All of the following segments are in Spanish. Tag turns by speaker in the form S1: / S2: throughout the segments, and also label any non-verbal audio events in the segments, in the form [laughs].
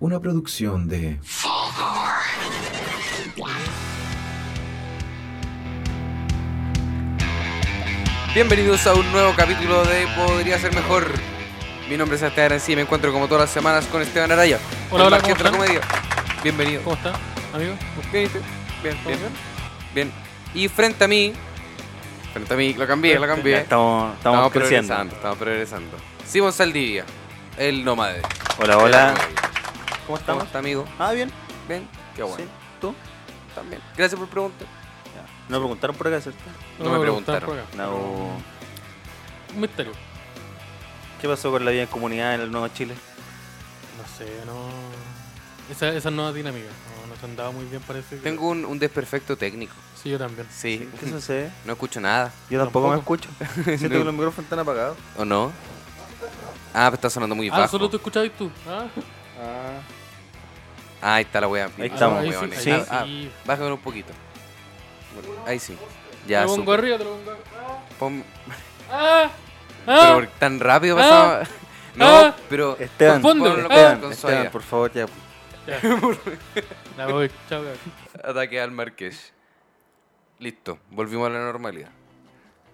S1: Una producción de...
S2: Bienvenidos a un nuevo capítulo de Podría Ser Mejor. Mi nombre es Sebastián Arancía y me encuentro como todas las semanas con Esteban Araya.
S3: Hola, hola,
S2: el margen
S3: ¿cómo
S2: de la
S3: están?
S2: comedia. Bienvenido.
S3: ¿Cómo está, amigo?
S2: Bien, ¿y tú? bien,
S3: ¿Todo
S2: bien,
S3: bien?
S2: bien. Y frente a mí, frente a mí, lo cambié, lo cambié.
S4: Ya estamos, estamos, creciendo.
S2: progresando, estamos progresando. Simón Saldivia, el nómade.
S4: Hola,
S2: Hola.
S4: hola. ¿Cómo
S2: ¿Cómo
S4: estamos?
S2: está, amigo?
S4: Ah, bien.
S2: Bien, qué bueno.
S4: Sí. ¿Tú?
S2: También. Gracias por preguntar.
S4: Ya. No preguntaron por acá, ¿cierto?
S2: No me preguntaron.
S3: por acá.
S4: No.
S3: Un misterio.
S4: ¿Qué pasó con la vida en comunidad en el Nuevo Chile?
S3: No sé, no. Esa, esa nueva dinámica. No, no se han dado muy bien, parece. que-
S2: Tengo un, un desperfecto técnico.
S3: Sí, yo también.
S2: Sí. [laughs]
S4: ¿Qué sucede?
S2: No escucho nada.
S4: Yo tampoco, me
S2: [laughs]
S3: Tampoco.
S4: escucho. Siento que los micrófonos están apagados.
S2: ¿O no? Ah, pero está sonando muy
S3: ah,
S2: bajo.
S3: solo tú escuchabas tú. Ah,
S4: Ah.
S2: Ah, ahí está la weá. Ahí
S4: estamos.
S3: ahí
S4: weones.
S3: sí, ahí
S2: Ah,
S3: sí.
S2: ah, bájalo un poquito. Ahí sí. Ya,
S3: te lo pongo
S2: super.
S3: arriba, te lo pongo arriba.
S2: Pon-
S3: ¡Ah!
S2: Pero
S3: ¡Ah!
S2: porque tan rápido
S3: Ah.
S2: pasaba. [laughs] No,
S3: Ah.
S2: pero.
S4: Esteban,
S3: Confóndeme.
S2: ponlo
S3: Ah.
S4: Esteban,
S2: con
S4: Esteban,
S2: Soya.
S4: por favor, ya.
S3: Ya voy, chao, cabrón.
S2: Ataque al Marqués. Listo, volvimos a la normalidad.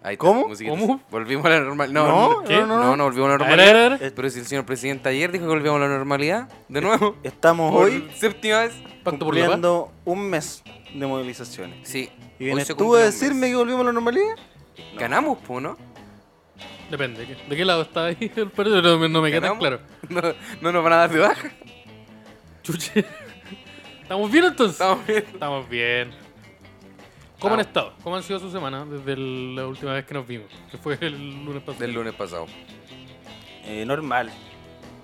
S2: Ahí está,
S4: ¿Cómo?
S2: musiquita.
S3: ¿Cómo?
S2: Volvimos a la normalidad.
S4: No,
S2: No,
S3: ¿Qué?
S4: no, no, no.
S2: volvimos a la
S3: A ver, a
S2: normalidad.
S3: ver, a ver.
S4: Eh,
S2: Pero si el señor presidente ayer dijo que volvíamos a la normalidad, de nuevo.
S4: Estamos
S2: Por
S4: hoy
S2: séptima vez.
S3: Pacto por la paz.
S4: cumpliendo un mes de movilizaciones.
S2: Sí.
S4: ¿Y
S2: hoy
S4: vienes
S2: se
S4: tú
S2: cumple
S4: a
S2: un
S4: decirme
S2: mes.
S4: que volvimos a la normalidad?
S2: Ganamos, po, ¿no? [laughs]
S3: Depende. ¿qué- ¿De qué lado está ahí [laughs] el perro? No, me- no me queda tan
S2: ¿Ganamos?
S3: claro.
S2: No, no nos van a dar de baja.
S3: Chuche. [laughs] ¿Estamos bien entonces?
S2: Estamos bien.
S3: Estamos bien. ¿Cómo han
S2: Estamos-
S3: estado? ¿Cómo han sido su semana desde el- la última vez que nos vimos? Que fue el lunes
S2: [laughs]
S3: pasado.
S2: Del lunes pasado.
S4: Eh, normal.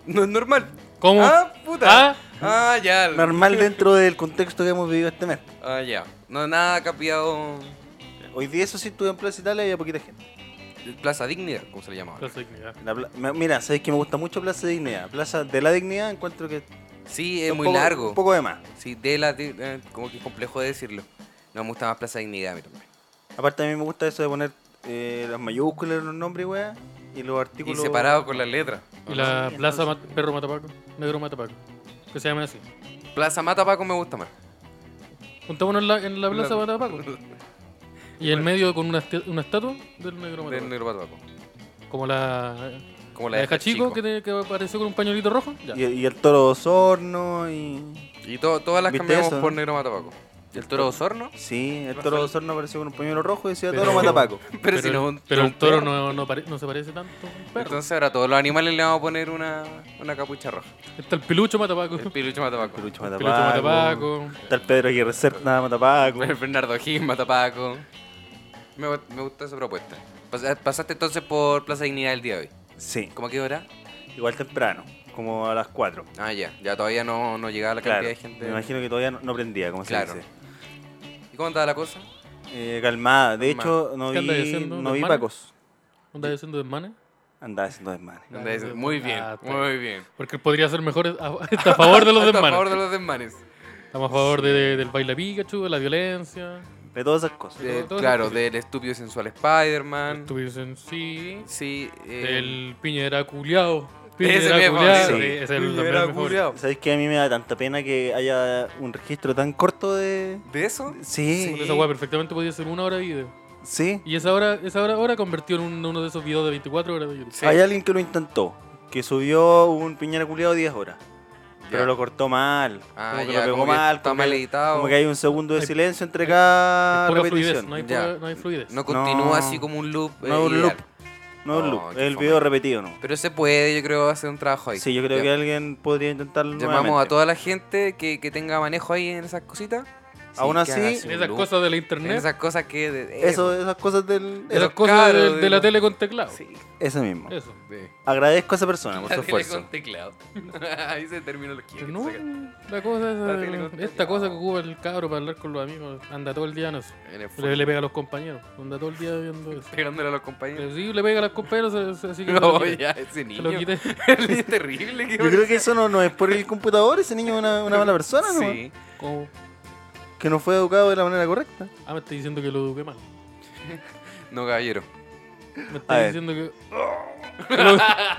S2: No es normal.
S3: ¿Cómo?
S2: Ah, puta.
S3: Ah.
S2: Ah, ya.
S4: Normal dentro del contexto que hemos vivido este mes.
S2: Ah, ya. No, nada ha cambiado.
S4: Hoy día eso sí estuve en Plaza Italia y había poquita gente.
S2: Plaza Dignidad, como se le llamaba.
S3: La dignidad.
S4: La pla- me- mira, sabéis que me gusta mucho Plaza de Dignidad. Plaza de la Dignidad encuentro que
S2: Sí, es
S4: un
S2: muy
S4: poco-
S2: largo.
S4: Un poco de más.
S2: Sí, de la. de- eh, como que es complejo de decirlo. No me gusta más Plaza Dignidad, mira.
S4: Aparte a mí me gusta eso de poner eh, las mayúsculas en los nombres, weá, y los
S2: Y
S4: artículos...
S2: separado con las letras.
S3: Y la
S4: Sí,
S3: plaza
S4: entonces-
S3: Ma- Perro Matapaco, Negro Matapaco. Que se llaman así.
S2: Plaza Mata Paco me gusta más.
S3: Juntémonos en la, en la plaza
S2: La-
S3: Matapaco.
S2: [laughs]
S3: Y en medio con una, esti- una estatua del Negro
S2: Del
S3: Matapaco.
S2: negro Mata Paco.
S3: Como la,
S2: Como
S3: la,
S2: la,
S3: de
S2: de
S3: Hachico que, te- que apareció con un pañuelito rojo. Ya.
S4: Y, y el toro de Osorno, y...
S2: Y to- todas las
S4: ¿Viste
S2: cambiamos
S4: eso?
S2: por negro Mata Paco. El toro de Osorno. [laughs]
S4: Sí, el
S3: Rafael.
S4: toro de Osorno apareció con un pañuelo rojo y decía
S3: Pero- [laughs]
S4: toro matapaco.
S2: Pero, si
S3: el-
S2: no, es un-
S3: pero
S2: es
S3: el
S2: un
S3: toro
S2: perro.
S3: no, no, pare- no se parece tanto a un perro.
S2: Entonces ahora a todos los animales le vamos a poner una, una capucha roja.
S3: Está el pilucho Matapaco. [laughs]
S2: El pirucho Mata Paco.
S4: Pelucho
S3: El
S4: matapaco.
S3: pilucho Matapaco.
S4: Está el Pedro Aguirre Cerna matapaco.
S2: El Bernardo Gil, Matapaco. Me, gu- me gusta esa propuesta. Pas- Pasaste entonces por Plaza Dignidad el día de hoy.
S4: Sí,
S2: ¿Cómo a qué hora?
S4: igual temprano, como a las 4.
S2: Ah, ya. Ya todavía no, no llegaba la
S4: Claro,
S2: cantidad de gente.
S4: me imagino que todavía no, no prendía, como
S2: Claro.
S4: se dice.
S2: ¿Y cómo andaba la cosa?
S4: Eh, calmada, de
S2: Calmada.
S4: hecho no
S3: ¿Qué andáis
S4: vi,
S3: haciendo,
S4: no vi
S3: desmanes?
S4: pacos.
S3: ¿Andas haciendo desmanes?
S4: Andaba haciendo desmanes.
S3: Claro,
S2: Andaba diciendo, muy bien,
S3: ah, está
S2: muy bien.
S3: Porque podría ser mejor. a- [laughs] Está a favor de los
S2: Hasta a
S3: desmanes.
S2: favor de los desmanes.
S3: Estamos a favor de- de- del baila Pikachu, de la violencia.
S4: De todas esas cosas.
S2: Eh,
S3: todo
S2: claro,
S3: eso.
S2: del estúpido y sensual Spider-Man.
S3: Estuviste en sí.
S2: Sí. eh,
S3: El Piñera culiao.
S2: Ese
S3: Piñera
S2: mismo,
S3: culiao.
S2: sí.
S3: Sí, ese es el
S2: Piñera
S3: nombre mejor.
S2: culiao.
S4: ¿Sabéis que a mí me da tanta pena que haya un registro tan corto de...
S2: ¿De eso?
S4: Sí,
S3: Esa weá perfectamente podía ser una hora de video.
S4: sí.
S3: Y esa hora, esa hora, hora convirtió en un- uno de esos videos de 24 horas de YouTube.
S2: Sí.
S4: Hay alguien que lo intentó, que subió un piñera culiado 10 horas, pero
S2: Ya.
S4: lo cortó mal.
S2: Ah,
S4: como que
S2: ya,
S4: lo pegó
S2: como que
S4: mal,
S2: está
S4: como
S2: mal
S4: que-
S2: editado.
S4: Como que hay un segundo de
S3: Hay-
S4: silencio entre cada
S3: Pura fluidez,
S4: repetición.
S3: no hay,
S2: Ah, Ya.
S3: pura- no hay fluidez.
S2: No continúa
S4: No.
S2: así como un loop.
S4: No
S2: eh,
S4: es un loop,
S2: ideal.
S4: no es un loop,
S2: Oh,
S4: es
S2: qué
S4: el
S2: fome.
S4: video repetido, ¿no?
S2: Pero se puede, yo creo, hacer un trabajo ahí.
S4: Sí, yo creo
S2: Ya.
S4: que alguien podría intentarlo
S2: Llamamos
S4: nuevamente.
S2: a toda la gente que, que tenga manejo ahí en esas cositas.
S4: Aún
S2: que
S4: así,
S2: haga su
S3: En esas
S2: loop.
S3: cosas de la
S2: En
S3: internet,
S2: esas cosas que. de-
S4: Eso, esas cosas del...
S3: esas
S2: esos
S3: cosas de,
S2: cabros
S3: de
S2: de
S3: la
S2: los-
S3: tele con teclado.
S2: Sí.
S4: Eso mismo.
S3: Eso.
S2: sí.
S4: Agradezco a esa
S2: [laughs]
S4: persona por
S2: La
S4: su
S2: tele
S4: esfuerzo.
S2: con teclado. [laughs] Ahí se terminó lo que
S3: Pero no, la cosa
S2: La tele con
S3: es, esta
S2: teclado.
S3: cosa que ocupa el cabro para hablar con los amigos, anda todo el día en eso.
S2: En el
S3: Le,
S2: fondo,
S3: le pega a los compañeros, anda todo el día viendo eso.
S2: pegándole a los compañeros. [laughs]
S3: [laughs] Pero sí, le pega a los compañeros, se- se- así que se lo
S2: No,
S3: quité.
S2: ya, ese
S3: Se lo
S2: niño.
S3: quité.
S2: [laughs] Es terrible. que
S4: Yo creo que eso no, no es por el computador, ese niño es una, una mala persona, ¿no?
S2: Sí.
S3: Como-
S4: Que no fue educado de la manera correcta.
S3: Ah, me está diciendo que lo eduqué mal.
S2: No, caballero.
S3: Me
S4: A
S3: está
S4: ver.
S3: diciendo que. [laughs]
S2: [laughs]
S3: Lo-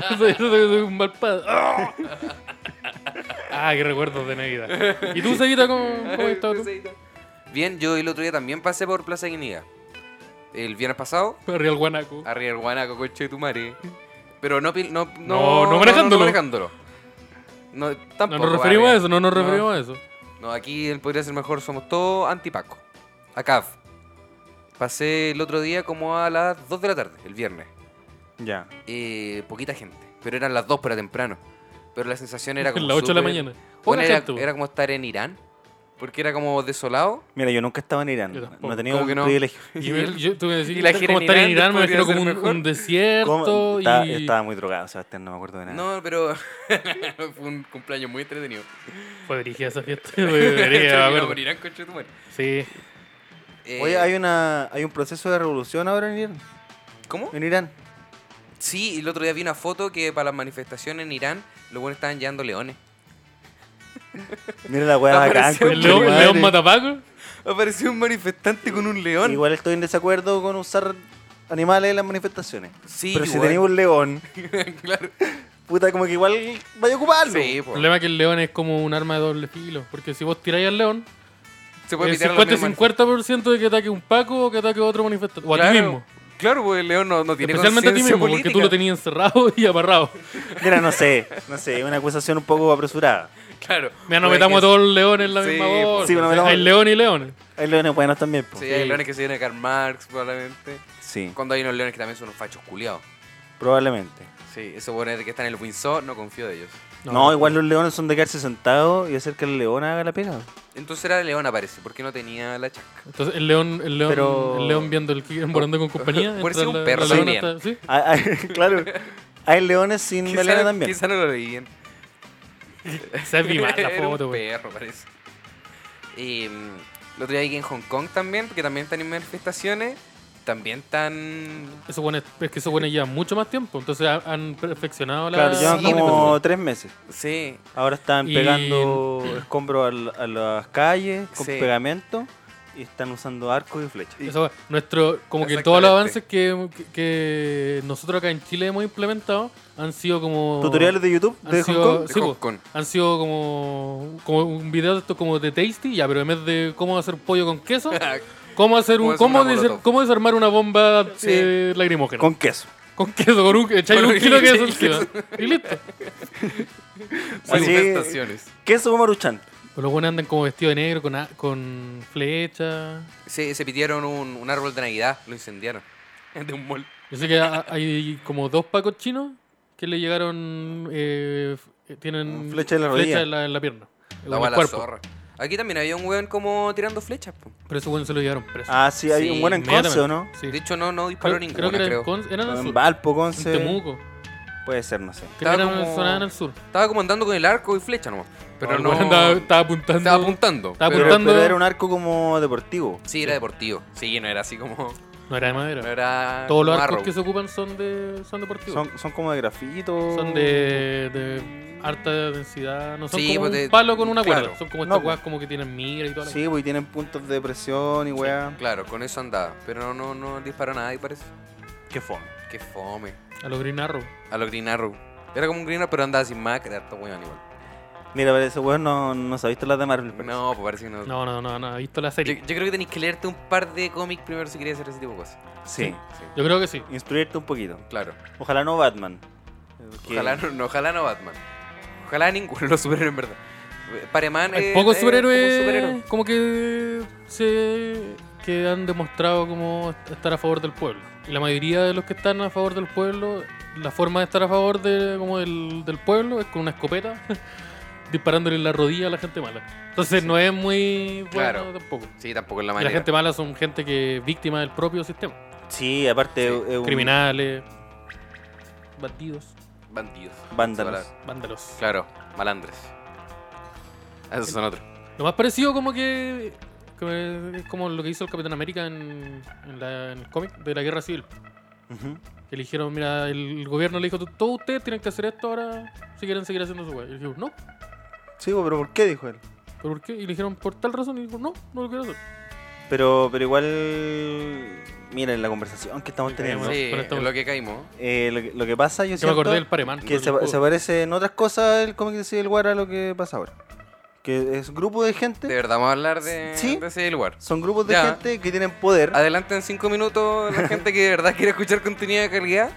S3: Estoy diciendo que soy un mal padre. Ah, qué recuerdos de Navidad. ¿Y tú, Cevita, cómo, cómo
S2: [laughs]
S3: has estado tú?
S2: Bien, yo el otro día también pasé por Plaza Dignidad. El viernes pasado,
S3: Real Guanaco.
S2: arriba el guanaco, coche de tu madre. Pero no, pil- no, no,
S3: No, no manejándolo.
S2: No, manejándolo. No,
S3: No
S2: tampoco,
S3: nos referimos a
S2: arriba.
S3: eso, no nos
S2: No.
S3: referimos a eso.
S2: No, aquí él podría ser mejor, somos todos antipaco. Acá. Pasé el otro día como a las 2 de la tarde, el viernes.
S4: Ya.
S2: Eh, poquita gente, pero eran las 2 para temprano. Pero la sensación era como.
S3: [laughs] Las 8 de la
S2: súper-
S3: mañana.
S2: Bueno,
S3: Poca
S2: era,
S3: gente, po.
S2: era como estar en Irán, porque era como desolado.
S4: Mira, yo nunca estaba en Irán.
S3: Yo tampoco.
S4: No he tenido
S2: ¿Cómo que
S4: un
S2: no?
S4: privilegio.
S2: [laughs]
S3: Y, me- yo, tú me decís,
S2: y la gira
S3: como
S2: en
S3: estar en
S2: Irán
S3: Irán, me
S2: podría
S3: imagino
S2: ser
S3: como un,
S2: mejor. [laughs]
S3: un
S4: ¿Cómo?
S3: desierto
S4: Estaba,
S3: y...
S4: estaba muy drogado, Sebastián, no me acuerdo de
S3: Ah.
S4: nada.
S2: No, pero [laughs] fue un cumpleaños muy entretenido.
S3: Fue dirigida esa fiesta. [laughs]
S2: [laughs]
S3: Debería,
S2: Terminó
S3: me acuerdo.
S2: por Irán, conche tu madre.
S3: sí.
S2: Eh,
S4: Oye, hay, una, hay un proceso de revolución ahora en Irán.
S2: ¿Cómo?
S4: En Irán.
S2: Sí, el otro día vi una foto que para las manifestaciones en Irán, los buenos estaban llevando leones.
S4: Mira la weá bacán.
S2: Apareció
S4: concha
S3: ¿El
S4: de
S2: un
S4: tu
S3: león, el
S4: madre.
S3: león matapaco?
S2: Apareció un manifestante con un león.
S4: Igual estoy en desacuerdo con usar animales en las manifestaciones.
S2: Sí,
S4: Pero si
S2: igual.
S4: tenía un león,
S2: [laughs] claro.
S4: puta, como que igual vaya a ocuparlo.
S2: Sí,
S3: El
S2: po.
S3: problema es que el león es como un arma de doble filo. Porque si vos tiráis al león, eh,
S2: Se puede
S3: el
S2: evitar a los
S3: 50-50% de que ataque un paco o que ataque otro manifestante. O a
S2: Claro,
S3: ti mismo.
S2: Claro, porque el león no, no tiene
S3: Especialmente a ti
S2: conciencia
S3: mismo, porque tú
S2: política.
S3: lo tenías encerrado [laughs] y amarrado.
S4: Mira, no sé, no sé, es una acusación un poco apresurada.
S2: Claro.
S3: Mira, nos
S2: Puede
S3: metamos a
S2: que-
S3: todos los leones en la
S2: Sí,
S3: misma
S2: pues.
S3: bolsa.
S4: Sí, nos
S3: O sea,
S4: metamos-
S3: Hay león y leones.
S4: Hay leones buenos también, po.
S2: Sí,
S4: Sí.
S2: hay
S3: Sí.
S2: leones que se vienen a Karl Marx, probablemente. Cuando hay unos leones que también son unos fachos culiados.
S4: probablemente.
S2: Sí, eso poner que están en el Windsor, no confío de ellos.
S4: No, igual los leones son de quedarse sentados y hacer que el león haga la pega.
S2: Entonces era león, aparece, porque no tenía la chasca.
S3: Entonces el león, el león,
S4: Pero-
S3: el león viendo el en volando
S2: [laughs]
S3: con compañía.
S2: Puede ser
S3: entonces
S2: un
S3: la-
S2: perro
S3: la leona
S2: también. [laughs]
S3: está- sí.
S4: Hay- hay- Ah, [laughs] claro, hay leones sin melena
S2: no,
S4: también.
S2: quizá no lo veían.
S3: Esa es mi mala
S2: [laughs] Era un
S3: foto, güey.
S2: perro, parece. Y mm, el otro día aquí en Hong Kong también, porque también están en manifestaciones. También están...
S3: Eso bueno, es que esos buenos llevan mucho más tiempo. Entonces ha- han perfeccionado la.
S4: Claro, llevan
S2: Sí, pues,
S4: como tres meses.
S2: Sí,
S4: Ahora están
S3: Y-
S4: pegando escombros al- a, las calles con
S2: Sí.
S4: pegamento y están usando arcos y flechas.
S3: Eso, nuestro, como que todos los avances que, que nosotros acá en Chile hemos implementado han sido como.
S4: Tutoriales de YouTube
S3: Oh, han
S4: de Hong
S3: sido-
S4: Kong.
S2: de
S3: sí,
S2: Hong
S3: po.
S2: Kong.
S3: Han sido como, como un video de esto como de Tasty, ya, pero en vez de cómo hacer pollo con queso, cómo hacer
S2: Cómo
S3: un,
S2: hacer
S3: cómo,
S2: una
S3: desar-
S2: molotov.
S3: cómo desarmar una bomba
S2: Sí.
S3: eh, lacrimógena. Con,
S4: Con queso.
S3: queso, con un, echáis
S2: Con
S3: un
S2: un-
S3: kilo de queso
S2: sí,
S3: encima. Y listo.
S4: Así-
S2: manifestaciones.
S4: Queso maruchan.
S3: Pero los buenos andan como vestidos de negro con, a- con flecha.
S2: Se, se pidieron un, un árbol de Navidad, lo incendiaron. [laughs] De un mall.
S3: Yo sé que ha- hay como dos pacos chinos que le llegaron. eh, f- tienen
S4: Flecha en la rodilla.
S3: en la, en la pierna. en
S2: La
S3: el
S2: bala
S3: cuerpo.
S2: zorra. Aquí también había un weón como tirando flechas. po.
S3: Pero ese bueno se lo llevaron preso.
S4: Ah, sí, hay
S2: Sí,
S4: un buen en Conce, ¿o ¿no?
S3: Sí.
S2: De hecho, no, no disparó
S3: creo,
S2: ninguna,
S3: creo que era en
S2: creo.
S3: Conce- era en el
S4: En
S3: sur.
S4: Valpo,
S3: en
S4: Conce.
S3: Temuco.
S4: Puede ser, no sé.
S3: Creo
S2: Estaba
S3: que era
S2: como-
S3: sonada en el sur.
S2: Estaba como andando con el arco y flecha nomás. Pero
S3: el
S2: no.
S3: Ah, weón andaba- estaba apuntando.
S2: Estaba apuntando.
S3: Estaba
S2: pero-
S4: Pero,
S3: Apuntando-
S4: pero era un arco como deportivo.
S2: Sí, era deportivo. Sí, no era así como.
S3: No era de madera.
S2: No era.
S3: Todos los
S2: como
S3: arcos
S2: Arrow.
S3: que se ocupan son de son deportivos. Son,
S4: Son, son como de grafito.
S3: de, eh, de harta densidad. No son
S2: Sí,
S3: como
S2: pues
S3: un
S2: de-
S3: palo con una
S2: claro.
S3: cuerda. Son como
S4: No,
S3: estas
S4: pues.
S3: weas como que tienen migra y todo.
S4: Sí, pues y tienen puntos de presión y weá.
S2: Eh, Claro, con eso andaba. Pero no, no, no disparó nada y parece.
S4: Qué fome.
S2: Qué fome.
S3: A los Green Arrow.
S2: A los Green Arrow. Era como un Green Arrow, pero andaba sin más, era harto weón igual.
S4: Mira, pero ese weón no, no se ha visto las de Marvel. parece.
S2: No, pues parece que no.
S3: No, no, no, no. He visto la
S2: Yo,
S3: serie.
S2: yo creo que tenéis que leerte un par de cómics primero si querías hacer ese tipo de cosas.
S4: Sí.
S2: Sí,
S3: Yo creo que sí.
S4: Instruirte un poquito.
S2: claro.
S4: Ojalá no Batman. Que-
S2: Ojalá no, no, ojalá no Batman. Ojalá ninguno [laughs] de los superhéroes, en verdad. Pareman
S3: Hay
S2: es.
S3: pocos
S2: es
S3: superhéroes
S2: poco superhéroe.
S3: como que se que han demostrado como estar a favor del pueblo. Y la mayoría de los que están a favor del pueblo, la forma de estar a favor de, como del, del pueblo es con una escopeta [laughs] disparándole en la rodilla a la gente mala. Entonces no es muy bueno
S2: Claro.
S3: tampoco.
S2: Sí, tampoco es la
S3: Y la
S2: manera.
S3: gente mala son gente que es víctima del propio sistema.
S4: Sí, aparte.
S2: Sí,
S4: es un-
S3: Criminales, bandidos,
S2: Bandidos.
S4: Vándalos.
S2: Esa palabra.
S3: vándalos.
S2: Claro, malandres. Ah, Esos son otros.
S3: Lo más parecido como que, que es como lo que hizo el Capitán América en, en la- en el cómic de la Guerra Civil.
S4: Ujú.
S3: Que le dijeron, mira, el gobierno le dijo, "Tú- todos ustedes tienen que hacer esto ahora si quieren seguir haciendo su weá. Y le dijeron, no,
S4: Sí, pero ¿por qué? Dijo él.
S3: ¿pero por qué? Y le dijeron, por tal razón. Y dijo, no, no lo quiero hacer.
S4: Pero, pero igual.
S5: Mira, en la conversación que estamos
S3: Sí,
S5: teniendo.
S3: bueno,
S2: Sí,
S3: pero estamos-
S2: en lo que caímos.
S5: Eh, lo, que- lo que pasa, yo
S3: Yo me
S5: siento
S3: acordé del Pareman.
S5: que se, se parece en otras cosas el cómic de Civil War a lo que pasa ahora. Que es un grupo de gente,
S2: De verdad, vamos a hablar de,
S5: Sí.
S2: de ese lugar.
S5: son grupos de
S2: Ya.
S5: gente que tienen poder.
S2: Adelante en 5 minutos
S5: [laughs]
S2: la gente que de verdad quiere escuchar contenido de calidad.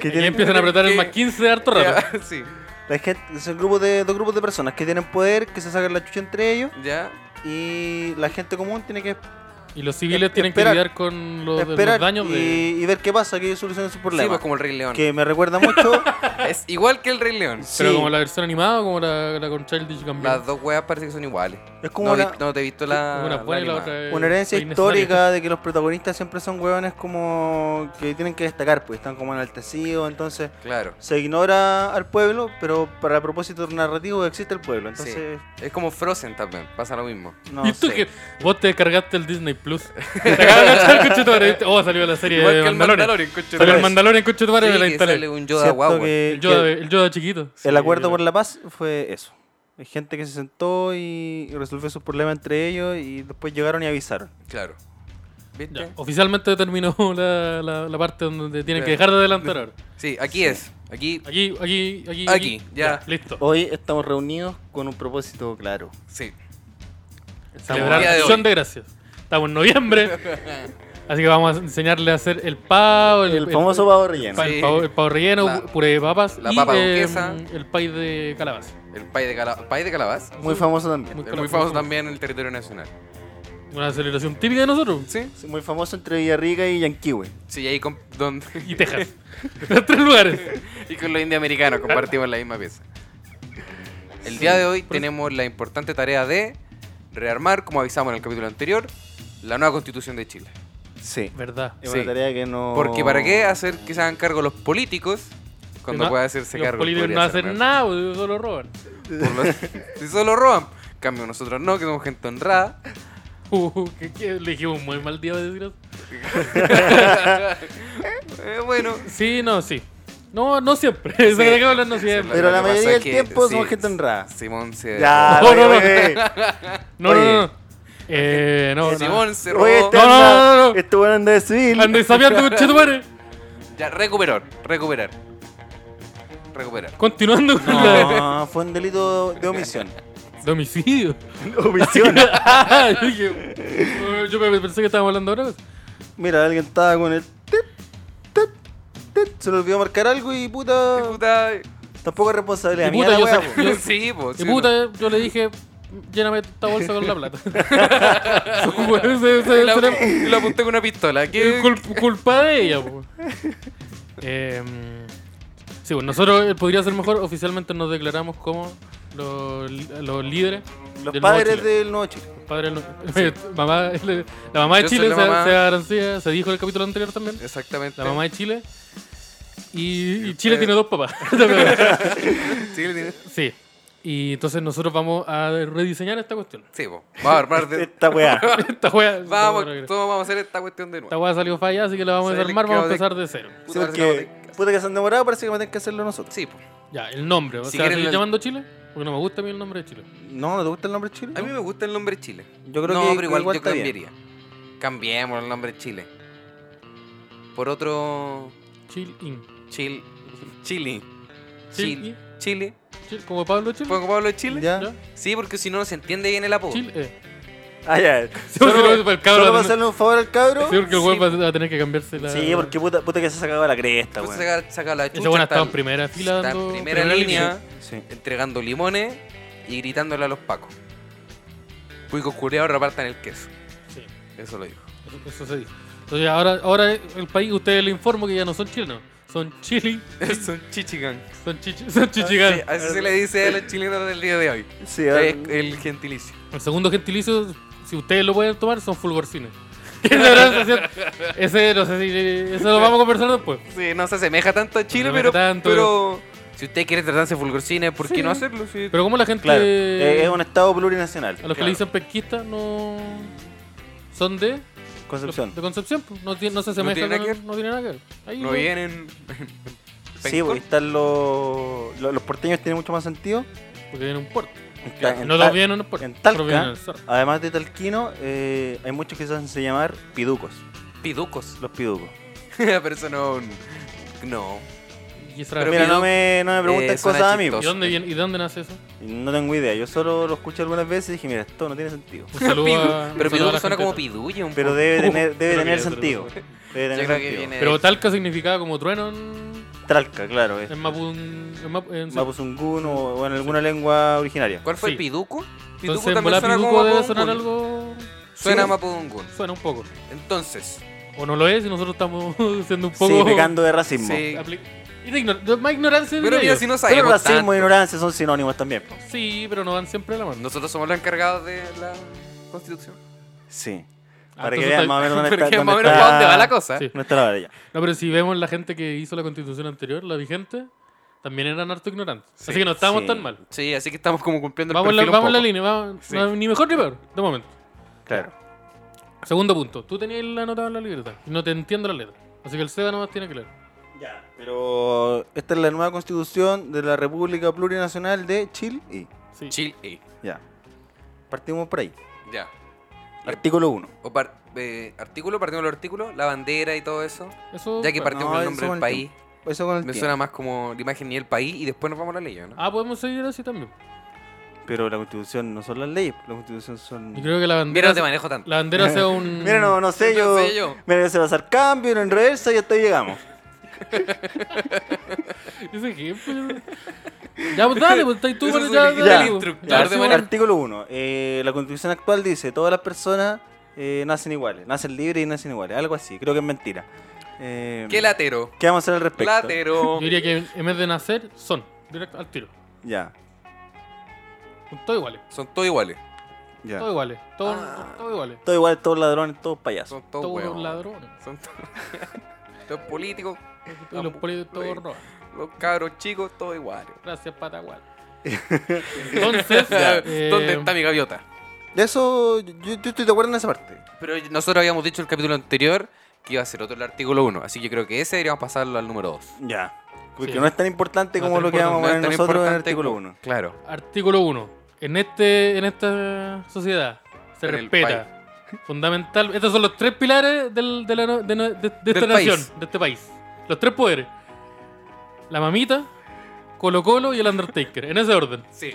S5: que
S3: Y
S5: tienen-
S3: empiezan a apretar el
S2: que-
S3: más 15 de harto rato.
S2: Ya, sí.
S5: la gente- son grupos de, dos grupos de personas que tienen poder, que se sacan la chucha entre ellos
S2: Ya.
S5: y la gente común tiene que
S3: Y los civiles tienen que
S5: Esperar.
S3: lidiar con los, de- los
S5: esperar
S3: daños
S5: y,
S3: de.
S5: y ver qué pasa, que ellos solucionen sus
S2: Sí,
S5: problemas.
S2: pues como el Rey León.
S5: que me recuerda
S2: [laughs]
S5: mucho.
S2: Es igual que el Rey León.
S5: sí,
S3: Pero como la versión animada o como la, la con Child Ditch cambió.
S2: Las dos weas parece que son iguales.
S5: es como
S2: No, eh,
S5: una,
S2: vi- no te he visto la.
S3: Una buena y la
S2: animada.
S3: otra es-
S5: una herencia
S3: es innecesaria.
S5: histórica de que los protagonistas siempre son hueones como que tienen que destacar, pues están como enaltecidos, entonces
S2: Claro.
S5: se ignora al pueblo, pero para propósito narrativo existe el pueblo. Entonces,
S2: Es como Frozen también, pasa lo mismo.
S5: no
S3: ¿Y tú
S5: sé.
S3: que vos te descargaste el Disney Plus? [laughs] Te acabas de cachar, conchetumare, ¿viste? Oh, salió la serie
S2: Igual
S3: de
S2: que el
S3: Mandalorian.
S2: Mandalorian, coche.
S3: Salió el
S5: Pero-
S3: Mandalorian, conchetumare, me la
S2: Sí, que
S3: instalé.
S2: sale un Yoda
S5: Siento
S2: guagua.
S5: que-
S3: El Yoda,
S5: que
S3: el Yoda chiquito.
S5: el
S3: Sí,
S5: acuerdo
S3: yo-
S5: por la paz fue eso. Hay gente que se sentó y y resolvió sus problemas entre ellos y después llegaron y avisaron.
S2: Claro. ¿Viste?
S3: Ya, oficialmente terminó [laughs] la, la, la parte donde tienen
S2: Ya.
S3: que dejar de adelantar ahora.
S2: Sí, aquí es. Aquí,
S3: Aquí, aquí, aquí.
S2: Aquí, ya. Oh.
S3: listo.
S5: Hoy estamos reunidos con un propósito claro.
S2: sí.
S3: Celebrar
S2: día de
S3: acción
S2: hoy.
S3: de gracias. Estamos
S2: [laughs]
S3: en noviembre. así que vamos a enseñarle a hacer el pavo, el,
S4: El famoso pavo relleno.
S3: pa- el
S2: Sí.
S3: pavo, el pavo relleno,
S2: La-
S3: puré de papas
S2: la
S3: y
S2: papa
S3: eh,
S2: duquesa.
S3: el pay de calabaza.
S2: El país de, Cala- pay de Calabaz.
S4: Muy famoso también.
S2: Es muy famoso también en el territorio nacional.
S3: Una celebración típica de nosotros.
S2: Sí.
S4: Sí, Muy famoso entre Villarrica y Yanquihue.
S2: Sí, ahí con, donde,
S3: Y Texas. [laughs] Los tres lugares.
S2: y con los indiamericanos compartimos la misma pieza. El día de hoy tenemos la importante tarea de rearmar, como avisamos en el capítulo anterior, la nueva constitución de Chile.
S4: Sí.
S3: Verdad.
S4: Es
S2: Sí.
S4: una tarea que no.
S2: Porque para
S4: Oh.
S2: qué hacer que se hagan cargo los políticos cuando
S3: No-
S2: puede hacerse
S3: Los
S2: cargo.
S3: políticos
S2: podría
S3: no
S2: hacer
S3: hacen
S2: mejor.
S3: nada, boludo, solo roban. [laughs]
S2: Por lo- [laughs] si solo roban. En Cambio nosotros no, que somos gente honrada.
S3: Uh, que, que le dijimos un muy mal día de decir eso.
S2: Eh, bueno,
S3: Sí, no, sí. No, no siempre. [laughs] Eso que acabo de hablar no siempre.
S4: Pero la
S2: Lo que pasa
S4: mayoría
S2: es
S4: del
S2: que-
S4: tiempo somos
S2: sí,
S4: gente honrada.
S2: Simón se.
S4: Ya,
S3: No, no, no. [laughs]
S4: oye,
S3: No, no,
S4: Oye.
S3: no. Eh, no, no.
S2: Simón se
S4: oye, oye,
S2: robó.
S4: [laughs] este
S3: No, no,
S4: anda-
S3: no, no.
S4: Este weón anda de civil.
S2: [laughs]
S3: Andé sabiando con chetumare.
S4: este-
S2: Ya, recuperó, recuperar. Recuperar.
S3: Continuando con la
S5: No, fue un delito de omisión.
S3: de
S2: [laughs]
S3: homicidio.
S4: [laughs] Omisión.
S3: Ah, [laughs] yo, dije, "Oh, yo me- pensé que estábamos hablando ahora.
S5: Mira, alguien estaba con el. tit, tit, tit, se le olvidó marcar algo y
S2: Y
S4: Oh.
S5: puta.
S2: puta. eh.
S5: Tampoco es
S3: Y
S5: responsabilidad mía.
S3: puta,
S5: la
S3: yo
S5: wea,
S3: sab- [laughs]
S5: po.
S3: Yo-
S2: [laughs] Sí, pues.
S3: Y puta, yo le dije, lléname esta bolsa con
S2: [laughs]
S3: la plata. [laughs] Bueno, se- se- se la-
S2: Lo apunté con una pistola.
S3: Que
S2: ¿Qué? [laughs]
S3: es cul- culpa de ella, po. Em, sí, bueno, nosotros eh, podría ser mejor. Oficialmente nos declaramos como los, los líderes.
S5: Los
S3: del nuevo
S5: padres
S3: Chile.
S5: del nuevo Chile.
S3: Padres del nuevo- [laughs] mamá- la mamá de
S2: Yo soy
S3: Chile
S2: la
S3: se,
S2: mamá.
S3: se arancía, se dijo en el capítulo anterior también.
S2: Exactamente.
S3: La mamá de Chile. Y, y Chile
S2: Eh.
S3: tiene dos papás. [laughs]
S2: [laughs] Sí, le tiene-
S3: sí. Y entonces nosotros vamos a rediseñar esta cuestión. [laughs]
S2: Sí, pues. Vamos a armar de.
S4: Esta weá.
S3: Esta wea,
S2: [laughs] Vamos,
S3: esta
S2: todos vamos a hacer esta cuestión de nuevo.
S3: wea salió fallada, así que la vamos a
S2: Sale
S3: desarmar, vamos a
S2: caótica.
S3: empezar de cero.
S5: Sí,
S2: Puta,
S5: porque, puta que se han demorado, parece que vamos a tener que hacerlo nosotros.
S2: Sí, pues.
S3: Ya, el nombre. O
S2: Si
S3: sea,
S2: quieren
S3: ¿seguís
S2: la-
S3: llamando Chile? Porque no me gusta a mí el nombre de Chile.
S5: No, ¿no te gusta el nombre Chile?
S2: A mí me gusta el nombre Chile.
S5: Yo creo
S2: no,
S5: que
S2: pero igual, yo
S5: está bien.
S2: cambiaría. Cambiemos el nombre Chile. Por otro.
S3: Chile In.
S2: Chile. Chile.
S3: Chile.
S2: Chile. Chile.
S3: Chile, como Pablo Chile.
S2: ¿Pongo Pablo de Chile?
S5: Ya.
S3: ¿Ya?
S2: Sí, porque si no, no se entiende bien el apodo.
S3: Chile. eh.
S4: Ah, ya.
S3: [laughs] Solo,
S5: Solo-
S3: para el
S5: Solo
S3: cabro.
S5: para
S3: va a tener-
S5: hacerle un favor al cabro.
S3: Sí, porque el weón va a tener que cambiarse la.
S4: Sí, porque puta, puta que se ha sacado la cresta,
S2: Pues
S4: weón.
S2: saca, saca la chucha.
S3: Ese bueno
S2: está
S3: estaba en
S2: en-
S3: primera fila.
S2: está en
S3: dando-
S2: primera línea.
S5: Sí.
S2: entregando limones y gritándole a los pacos. Puicos cureados repartan el queso.
S3: Sí,
S2: Eso lo dijo.
S3: eso, eso se dice. Entonces ahora, ahora el país, ustedes le informo que ya no son chilenos. Son chili.
S2: Son chichigan.
S3: Son, chichi, [laughs] son
S4: Ah,
S3: chichigan.
S2: así se le dice a los chilenos del día de hoy.
S4: Sí, ahora-
S2: Es el gentilicio.
S3: El segundo gentilicio, si ustedes lo pueden tomar, son fulgorcines. [laughs] Que de verdad se hacían- Ese, no sé si. Eso lo vamos a conversar después.
S2: Sí, no se asemeja tanto a Chile,
S3: No se
S2: pero,
S3: asemeja tanto,
S2: pero si usted quiere tratarse de fulgorcines, ¿por qué no hacerlo? Sí.
S3: Pero como la gente.
S4: Claro. Eh, es un estado plurinacional.
S3: A los que le dicen pesquistas no. Son de.
S4: Concepción.
S3: De Concepción, pues. no, tiene- no se asemejan.
S2: tiene nada
S3: No,
S2: que ver.
S3: no tiene nada que ver. Ahí
S2: no
S3: lo-
S2: vienen.
S4: Sí, porque están los. Los, los porteños tienen mucho más sentido.
S3: Porque viene un puerto.
S4: Está- en
S3: no
S4: Ta-
S3: lo vienen en el puerto.
S4: en
S3: pero
S4: Talca.
S3: vienen en el cerro.
S4: Además de talquino, eh, hay muchos que se hacen llamar piducos.
S2: Piducos.
S4: Los piducos.
S2: [laughs] Pero eso no. No.
S3: Y, esa-
S2: Pero
S4: Mira,
S2: piduc-
S4: no me, no me preguntes
S2: eh, suena
S4: cosas a mí.
S3: ¿Y
S4: po.
S2: chistoso.
S3: dónde, viene- ¿Y dónde nace eso?
S4: [laughs] No tengo idea. Yo solo lo escuché algunas veces y dije, mira, esto no tiene sentido.
S3: Un saludo
S2: Pidu-
S3: a- un
S2: Pero
S3: saludo a
S2: Piduco
S3: la
S2: suena
S3: gente.
S2: como pidulle un [laughs]
S4: Pero
S2: poco.
S4: debe tener, debe
S3: Creo
S4: tener
S3: que-
S4: sentido. Debe
S2: Yo
S4: tener
S2: creo que
S4: sentido.
S2: viene.
S3: Pero
S2: de-
S3: Talca significaba como trueno en,
S4: Tralca, claro. Es.
S3: en Mapun. En Mapu- en- sí.
S4: Mapuzungún o, o en alguna lengua originaria.
S2: ¿Cuál fue el
S3: Sí.
S2: piduco?
S3: Entonces, en volá Piduco debe sonar algo.
S2: Suena
S3: Sí,
S2: Mapudungun.
S3: Suena un poco.
S2: Entonces,
S3: O no lo es y nosotros estamos [laughs] siendo un poco.
S4: Sí, pecando de racismo.
S2: Oh. sí.
S3: [laughs] apli- y de ignor- de- más ignorancia
S2: Pero
S3: diría
S2: mira,
S3: yo.
S2: si no
S4: Pero
S2: sabemos
S4: racismo
S2: tanto.
S4: e ignorancia son sinónimos también. po.
S3: Sí, pero no van siempre a la mano.
S2: Nosotros somos los encargados de la Constitución.
S4: Sí.
S3: Ah,
S4: Para que
S3: entonces
S4: vean
S3: tal-
S4: más o
S2: [laughs]
S4: menos dónde
S2: Porque
S4: está,
S2: más o
S4: dónde
S2: menos
S4: está-
S2: para dónde va la cosa.
S3: Sí.
S4: dónde está la varilla.
S3: No, pero si vemos la gente que hizo la constitución anterior, la vigente, también eran harto ignorantes. Así que no estábamos
S4: Sí.
S3: tan mal.
S2: Sí, así que estamos como cumpliendo el
S3: Vamos, en la,
S2: perfil un
S3: vamos en la
S2: poco.
S3: línea, vamos-
S2: Sí.
S3: no, ni mejor ni peor, de momento.
S4: Claro.
S3: Segundo punto, tú tenías la nota en la libreta y no te entiendo la letra. Así que el SEDA nomás tiene que leer.
S4: Ya, pero esta es la nueva constitución de la República Plurinacional de Chile. Y
S3: Sí.
S2: Chile. eh,
S4: ya. Partimos por ahí.
S2: Ya.
S4: Artículo 1.
S2: O par- eh, artículo, partimos los artículos, la bandera y todo eso.
S3: Eso,
S2: Ya que
S3: bueno.
S2: partimos con el
S4: eso
S2: nombre del
S4: con el
S2: país,
S4: Eso con el
S2: me
S4: tiempo.
S2: suena más como la imagen y el país y después nos vamos a la ley, ¿o ¿no?
S3: Ah, podemos seguir así también.
S4: Pero la constitución no son las leyes, la constitución son.
S3: Yo creo que la
S2: Mira,
S3: bandera,
S2: no te manejo tanto.
S3: la bandera sea
S2: [laughs]
S3: un...
S4: Mira, no, no sé,
S2: No
S4: yo.
S2: sé yo.
S4: Mira, yo se va a hacer cambio, no en reversa y hasta ahí [laughs] llegamos.
S3: [laughs] Ese ejemplo. Ya, pues dale, pues estáis
S2: [laughs]
S3: tú
S2: Eso es
S3: bueno, ya,
S2: un-
S3: dale,
S4: ya,
S3: pues.
S2: instructor
S4: Ya,
S2: Claro, de
S4: sí,
S2: manera-
S4: Artículo 1. la constitución actual dice: todas las personas eh, nacen iguales, nacen libres y nacen iguales. Algo así, creo que es mentira. Eh,
S2: ¿Qué latero?
S4: ¿Qué vamos a hacer al respecto?
S2: Latero.
S3: Yo diría que en vez de nacer, son. Directo al tiro.
S4: Ya,
S3: Son todos iguales.
S2: Son todos iguales.
S4: ya.
S3: Todos iguales. Todos,
S2: Ah.
S3: todos iguales.
S4: Todos iguales, todos ladrones, todos payasos.
S2: Son todos
S3: Todos los
S2: huevos.
S3: ladrones.
S2: Son todos [laughs] Los políticos,
S3: Todos los políticos,
S2: Oye.
S3: todos roban.
S2: los cabros chicos, todos iguales.
S3: Gracias, Patagual.
S2: [laughs]
S3: Entonces, eh,
S2: ¿Dónde está mi gaviota?
S4: Eso, yo, yo estoy de acuerdo en esa parte.
S2: Pero nosotros habíamos dicho en el capítulo anterior que iba a ser otro el artículo 1, así que creo que ese deberíamos pasarlo al número 2.
S4: Ya. Porque
S3: Sí.
S4: no es tan importante
S3: No es
S4: como
S3: tan
S4: lo que vamos a
S2: No es
S4: poner
S2: tan
S4: nosotros en el
S2: importante
S4: artículo
S2: como-
S4: 1.
S2: Claro.
S3: Artículo 1. En, este, en esta sociedad se
S2: En el
S3: respeta. Fundamental. Estos son los tres pilares del- de, la no- de no- de- de esta
S2: Del
S3: nación,
S2: país.
S3: de este país. Los tres poderes. La mamita, Colo Colo y el Undertaker. En ese orden.
S2: Sí.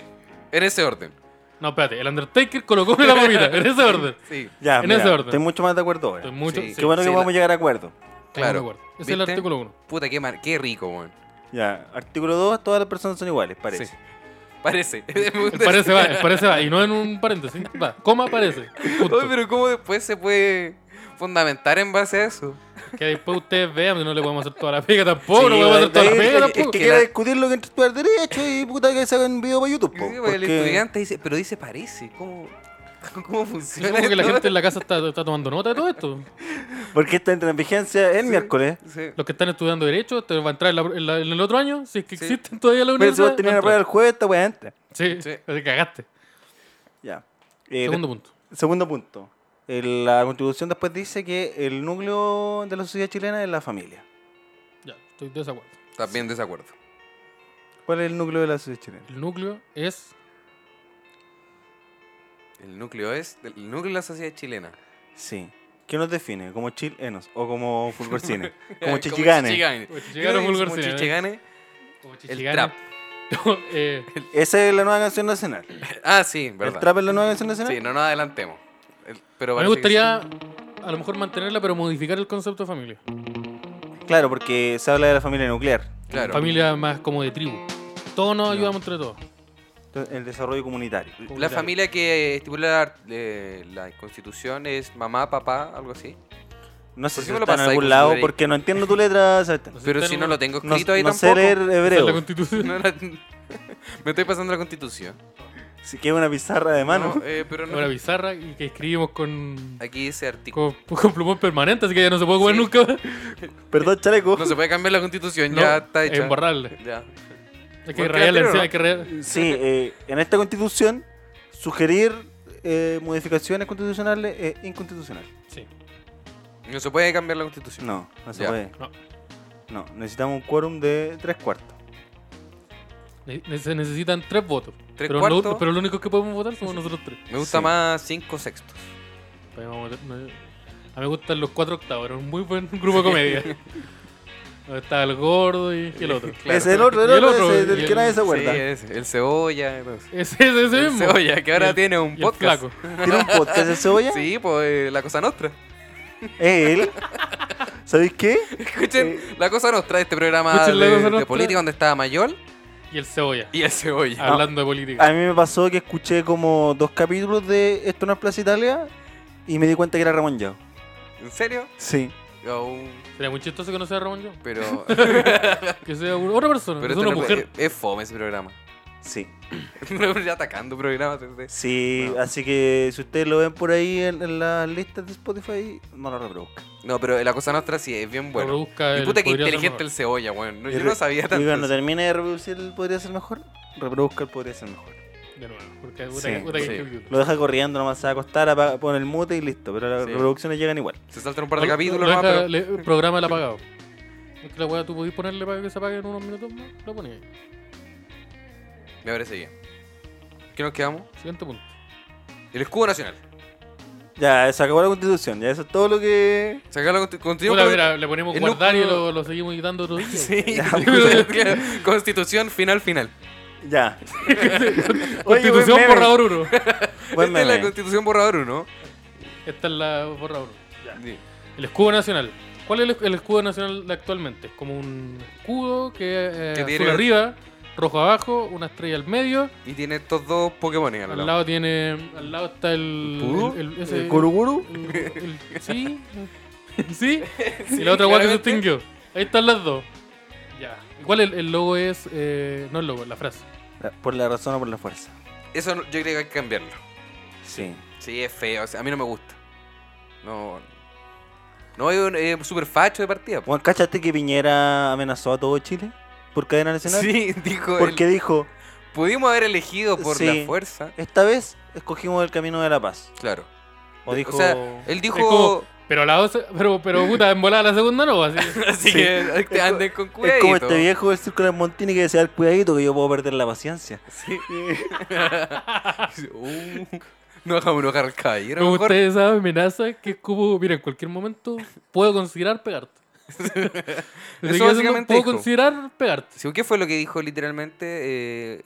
S2: En ese orden.
S3: No, espérate. El Undertaker, Colo Colo y la mamita. En ese orden.
S2: Sí.
S4: Ya,
S3: En
S4: mira,
S3: ese orden.
S4: Estoy mucho más de acuerdo ahora.
S3: Estoy mucho,
S2: Sí.
S3: sí,
S4: Qué bueno
S2: Sí,
S4: que
S2: la-
S4: podemos llegar a acuerdo.
S3: estamos de
S2: Claro.
S3: acuerdo. Ese es el
S2: ¿Viste?
S3: artículo 1.
S2: Puta, qué, mar- qué rico, weón.
S4: Ya, artículo 2, todas las personas son iguales, parece.
S2: Sí.
S4: [laughs]
S2: Parece.
S3: Parece va, el parece va. Y no en un paréntesis. Va. Coma parece. Punto.
S2: [laughs] Oye, pero ¿cómo después se puede fundamentar en base a eso?
S3: Que después ustedes vean, no le podemos hacer toda la pega tampoco, no
S4: Sí,
S3: podemos hacer
S4: de-
S3: toda la
S4: de-
S3: pega
S4: es que-
S3: tampoco.
S4: Es que
S2: Que
S4: quiera
S2: la-
S4: discutirlo que entre estudiar derecho y puta que hagan un video para YouTube.
S2: Sí,
S4: po,
S2: porque El
S4: porque-
S2: estudiante dice, pero dice parece. ¿Cómo, [laughs] cómo funciona?
S3: Supongo que la
S2: esto?
S3: gente en la casa está, está tomando nota de todo esto.
S4: Porque esta entra en vigencia el miércoles.
S2: [laughs] Sí.
S3: Los que están estudiando Derecho, esto va a entrar en, la- en la- en el otro año, si es que
S2: Sí.
S3: existen todavía la
S4: Mira, si
S3: universidad.
S4: vos tenías
S3: va a
S4: la prueba el
S3: entrar.
S4: jueves, esta weá entra.
S3: Sí,
S2: Sí.
S3: te cagaste.
S4: Ya. Eh,
S3: Segundo punto.
S4: de- segundo punto. El- la constitución después dice que el núcleo de la sociedad chilena es la familia.
S3: Ya, estoy de desacuerdo.
S2: También desacuerdo.
S4: ¿Cuál es el núcleo de la sociedad chilena?
S3: El núcleo es.
S2: El núcleo es el núcleo de la sociedad chilena.
S4: Sí. ¿Qué nos define? ¿Como chilenos o como
S2: [laughs]
S4: fulgorcines? como
S2: Eh,
S4: chichiganes.
S2: chichiganes.
S3: Como chichiganes,
S2: Yo creo que
S3: vulgar
S2: como
S3: cine, ¿eh?
S2: chichiganes,
S3: como
S2: El
S3: chichigane.
S2: trap.
S3: [laughs]
S2: [laughs]
S3: Eh,
S4: Esa es la nueva canción nacional.
S2: Ah, sí, verdad.
S4: ¿El trap es la nueva canción nacional?
S2: Sí, no nos adelantemos. El- pero
S3: me
S2: parece que
S3: gustaría a lo mejor mantenerla, pero modificar el concepto de familia.
S4: Claro, porque se habla de la familia nuclear.
S2: sí. Claro.
S3: Familia más como de tribu. Todos nos ayudamos entre todos.
S4: Entonces, El desarrollo comunitario.
S2: La familia que estipula eh, la constitución es mamá, papá, algo así.
S4: No sé
S2: ¿Por
S4: si
S2: qué me lo
S4: está en
S2: pasáis
S4: algún
S2: con
S4: lado
S2: Sudere?
S4: porque no entiendo tu
S2: [laughs]
S4: letra, Sebastián.
S3: sé si
S2: Pero
S3: está
S2: si
S3: en
S2: no
S3: una-
S2: lo tengo
S4: No,
S2: escrito ahí
S4: no sé
S2: tampoco.
S4: leer hebreo.
S3: Esa es la
S2: [laughs]
S3: constitución.
S2: No la- Me estoy pasando la constitución.
S4: Si queda una pizarra de mano.
S2: No, eh, pero no.
S3: Una bizarra y que escribimos con,
S2: Aquí dice artículo.
S3: con, con plumón permanente, así que ya no se puede jugar
S2: Sí.
S3: nunca.
S4: [laughs] Perdón, chaleco.
S2: No se puede cambiar la constitución,
S3: No,
S2: ya está hecha.
S3: Embarrarle.
S2: Ya.
S3: Hay
S2: Porque
S3: que
S2: la
S3: rayarle,
S2: tiraron,
S3: encima,
S2: ¿no?
S3: hay que rayarle.
S4: Sí, eh, en esta constitución, sugerir eh, modificaciones constitucionales es inconstitucional.
S3: Sí.
S2: No se puede cambiar la constitución.
S4: No, no se
S2: Ya.
S4: puede.
S3: No.
S4: No, necesitamos un quórum de tres cuartos.
S3: Ne- ne- Se necesitan tres votos.
S2: Tres
S3: pero,
S2: cuartos.
S3: Lo, pero lo único que podemos votar somos nosotros tres.
S2: Me gusta
S4: Sí.
S2: más cinco sextos.
S3: Ahí vamos a meter- me- A mí me gustan los cuatro octavos, era un muy buen [laughs] grupo de comedia. Donde estaba el gordo y y el otro.
S2: [laughs] Claro.
S4: Es el otro, el
S3: Y el
S4: otro,
S3: otro,
S4: ese del
S3: y
S4: que
S3: el-
S4: nadie se acuerda.
S2: Sí, ese, el cebolla. todo eso.
S3: Ese es ese
S2: El
S3: mismo.
S2: cebolla, que ahora
S3: Y el-
S2: tiene un
S3: y el
S2: podcast.
S3: flaco.
S4: ¿Tiene un podcast el cebolla?
S2: Sí, pues eh, la cosa nostra. [laughs]
S4: ¿Es él? ¿Sabéis qué?
S2: Escuchen, la cosa nostra, este programa de,
S3: Escuchen La Cosa
S2: de
S3: Nostra.
S2: política donde estaba Mayol
S3: Y el cebolla.
S2: y Ah. el cebolla.
S3: Hablando de política.
S4: A mí me pasó que escuché como dos capítulos de Esto no es Plaza Italia y me di cuenta que era Ramón Yao.
S3: Ah.
S2: ¿En serio?
S4: Sí.
S2: Aún,
S3: Sería muy chistoso que no sea Ramón yo. [laughs]
S2: pero
S3: Que sea un- otra persona.
S2: pero esto
S3: que sea una
S2: no
S3: mujer.
S2: puede- es fome ese programa. [laughs]
S4: Sí.
S2: Ya atacando programas. desde-
S4: Sí,
S2: No.
S4: así que si ustedes lo ven por ahí en, en las listas de Spotify, no lo reproduzcan.
S2: No, pero la cosa nostra sí es bien
S3: Lo
S2: buena.
S3: busca
S2: Y
S3: el-
S2: puta que
S3: podría ser
S2: inteligente el
S3: mejor.
S2: cebolla, weón. No,
S4: Y
S2: yo
S4: re-
S2: no sabía
S4: Y cuando
S2: tanto.
S4: termine de reproducir el Podría Ser Mejor, reproduzca el Podría Ser Mejor.
S3: De nuevo. Porque puta
S4: Sí,
S3: que- puta que-
S4: Lo deja corriendo, nomás se va a acostar, apaga- pone el mute y listo. Pero las
S2: Sí.
S4: reproducciones llegan igual.
S2: Se saltan un par
S3: Lo-
S2: de
S3: lo
S2: capítulos
S3: deja-
S2: nomás, pero
S3: le- programa el apagado. Es que la weá tú podís ponerle para que se apague en unos minutos más. Lo pones.
S2: me parece bien. ¿Qué nos quedamos?
S3: Siguiente punto.
S2: El escudo nacional.
S4: Ya, se acabó la constitución, ya eso es todo lo que.
S2: Sacar la constitu- constitución.
S3: Puta, mira, le ponemos
S2: el
S3: guardar y
S2: núcleo-
S3: lo, lo seguimos editando otro día.
S2: [laughs] Sí,
S4: [laughs] Ya, pues,
S2: [laughs] constitución final final. [laughs]
S4: Ya. Oye, buen
S3: Constitución
S4: meme,
S3: borrador 1.
S4: buen
S2: Esta Este es la
S4: meme.
S2: constitución borrador 1.
S3: Esta es la borrador 1. El escudo nacional. ¿Cuál es el, el escudo nacional de actualmente? Es como un escudo que eh,
S2: Que
S3: azul
S2: tiene-
S3: arriba, rojo abajo, una estrella al medio.
S2: Y tiene estos dos Pokémon al
S3: Al
S2: lado.
S3: lado tiene, al lado está el,
S2: ¿Pudo?
S3: el, el- ese-
S4: ¿El Kuruguru?
S3: el- el- sí, [laughs] sí. Y la otra guay que se
S2: claramente.
S3: extinguió. Ahí están las dos. Ya. ¿Cuál el, el logo es? eh, no el logo, la frase.
S4: La- Por la razón o por la fuerza.
S2: Eso no- yo creo que hay que cambiarlo.
S4: Sí.
S2: Sí, es feo. o sea, a mí no me gusta. No. No, es, un- es súper facho de partida. po.
S4: Juan, ¿cachaste que Piñera amenazó a todo Chile por cadena nacional?
S2: Sí, [laughs] dijo. él,
S4: Porque dijo,
S2: Pudimos haber elegido por
S4: Sí.
S2: la fuerza.
S4: esta vez escogimos el camino de la paz.
S2: Claro.
S4: O dijo,
S2: sea, Él
S3: Es como,
S2: dijo.
S3: pero la otra- pero, pero puta, en volada la segunda
S2: [laughs]
S3: no, así.
S2: Así
S4: Sí.
S2: que
S4: co-
S2: anden con cuidado.
S4: es como este viejo del Círculo de Montini que decía, cuidadito que yo puedo perder la paciencia. [laughs]
S2: [laughs] Uh, no hagamos enojar al caballero.
S3: Como
S2: mejor.
S3: ustedes saben, amenaza que es como, mira, en cualquier momento puedo considerar pegarte. Lo que
S2: Eso
S3: haciendo,
S2: básicamente
S3: puedo
S2: dijo.
S3: considerar pegarte.
S2: Sí, ¿Qué fue lo que dijo literalmente? Eh,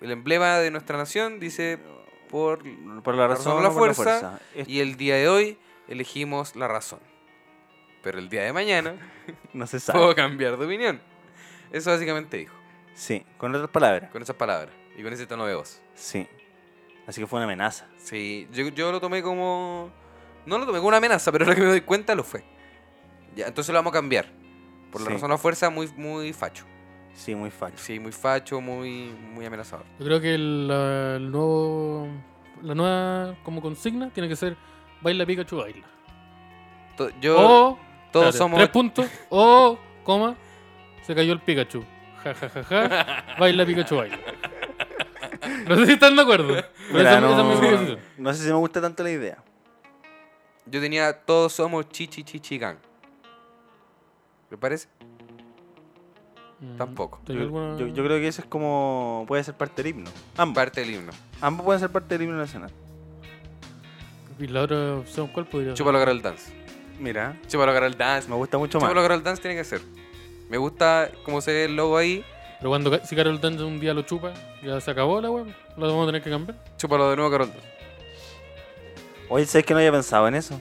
S2: el emblema de nuestra nación dice por...
S4: Por la
S2: razón
S4: razón
S2: o
S4: o
S2: la
S4: por la
S2: fuerza,
S4: fuerza. Es-
S2: Y el día de hoy elegimos la razón. Pero el día de
S3: [laughs]
S2: mañana
S4: No se sabe.
S2: puedo cambiar de opinión. Eso básicamente dijo,
S4: Sí, con otras palabras.
S2: con esas palabras y con ese tono de voz.
S4: Sí. Así que fue una amenaza.
S2: Sí, yo, yo lo tomé como... No lo tomé como una amenaza, pero [laughs] lo que me doy cuenta lo fue. Ya, entonces lo vamos a cambiar. Por la
S4: Sí.
S2: razón o la fuerza, muy, muy facho.
S4: Sí, muy fácil.
S2: Sí, muy facho, muy, muy amenazador.
S3: Yo creo que el, la- el nuevo, la nueva como consigna tiene que ser baila Pikachu baila.
S2: To- Yo,
S3: o
S2: todos
S3: Oh, espérate,
S2: somos... [laughs]
S3: tres puntos. O coma se cayó el Pikachu. Ja ja ja ja. Baila Pikachu baila. No sé si están de acuerdo. Pero esa,
S4: Mira,
S3: esa es mi
S4: no-
S3: proposición.
S4: no sé si me gusta tanto la idea.
S2: Yo tenía todos somos chichi chichi gang. ¿Me parece?
S3: Mm,
S2: Tampoco.
S3: ¿tenía
S4: Yo,
S3: alguna-
S4: yo- yo creo que eso es como. puede ser parte del himno. Ambos.
S2: Parte del himno.
S4: Ambos pueden ser parte del himno nacional.
S3: ¿Y la otra opción cuál podría ser?
S2: Chúpalo Carol Dance.
S4: Mira,
S2: Chúpalo Carol Dance.
S4: me gusta mucho más.
S2: Chúpalo Carol Dance tiene que ser. Me gusta cómo se ve el logo ahí.
S3: Pero cuando ca- si Carol Dance un día lo chupa, ya se acabó la web. Lo vamos a tener que cambiar.
S2: Chúpalo de nuevo Carol Dance.
S4: Oye, ¿sabes que no había pensado en eso?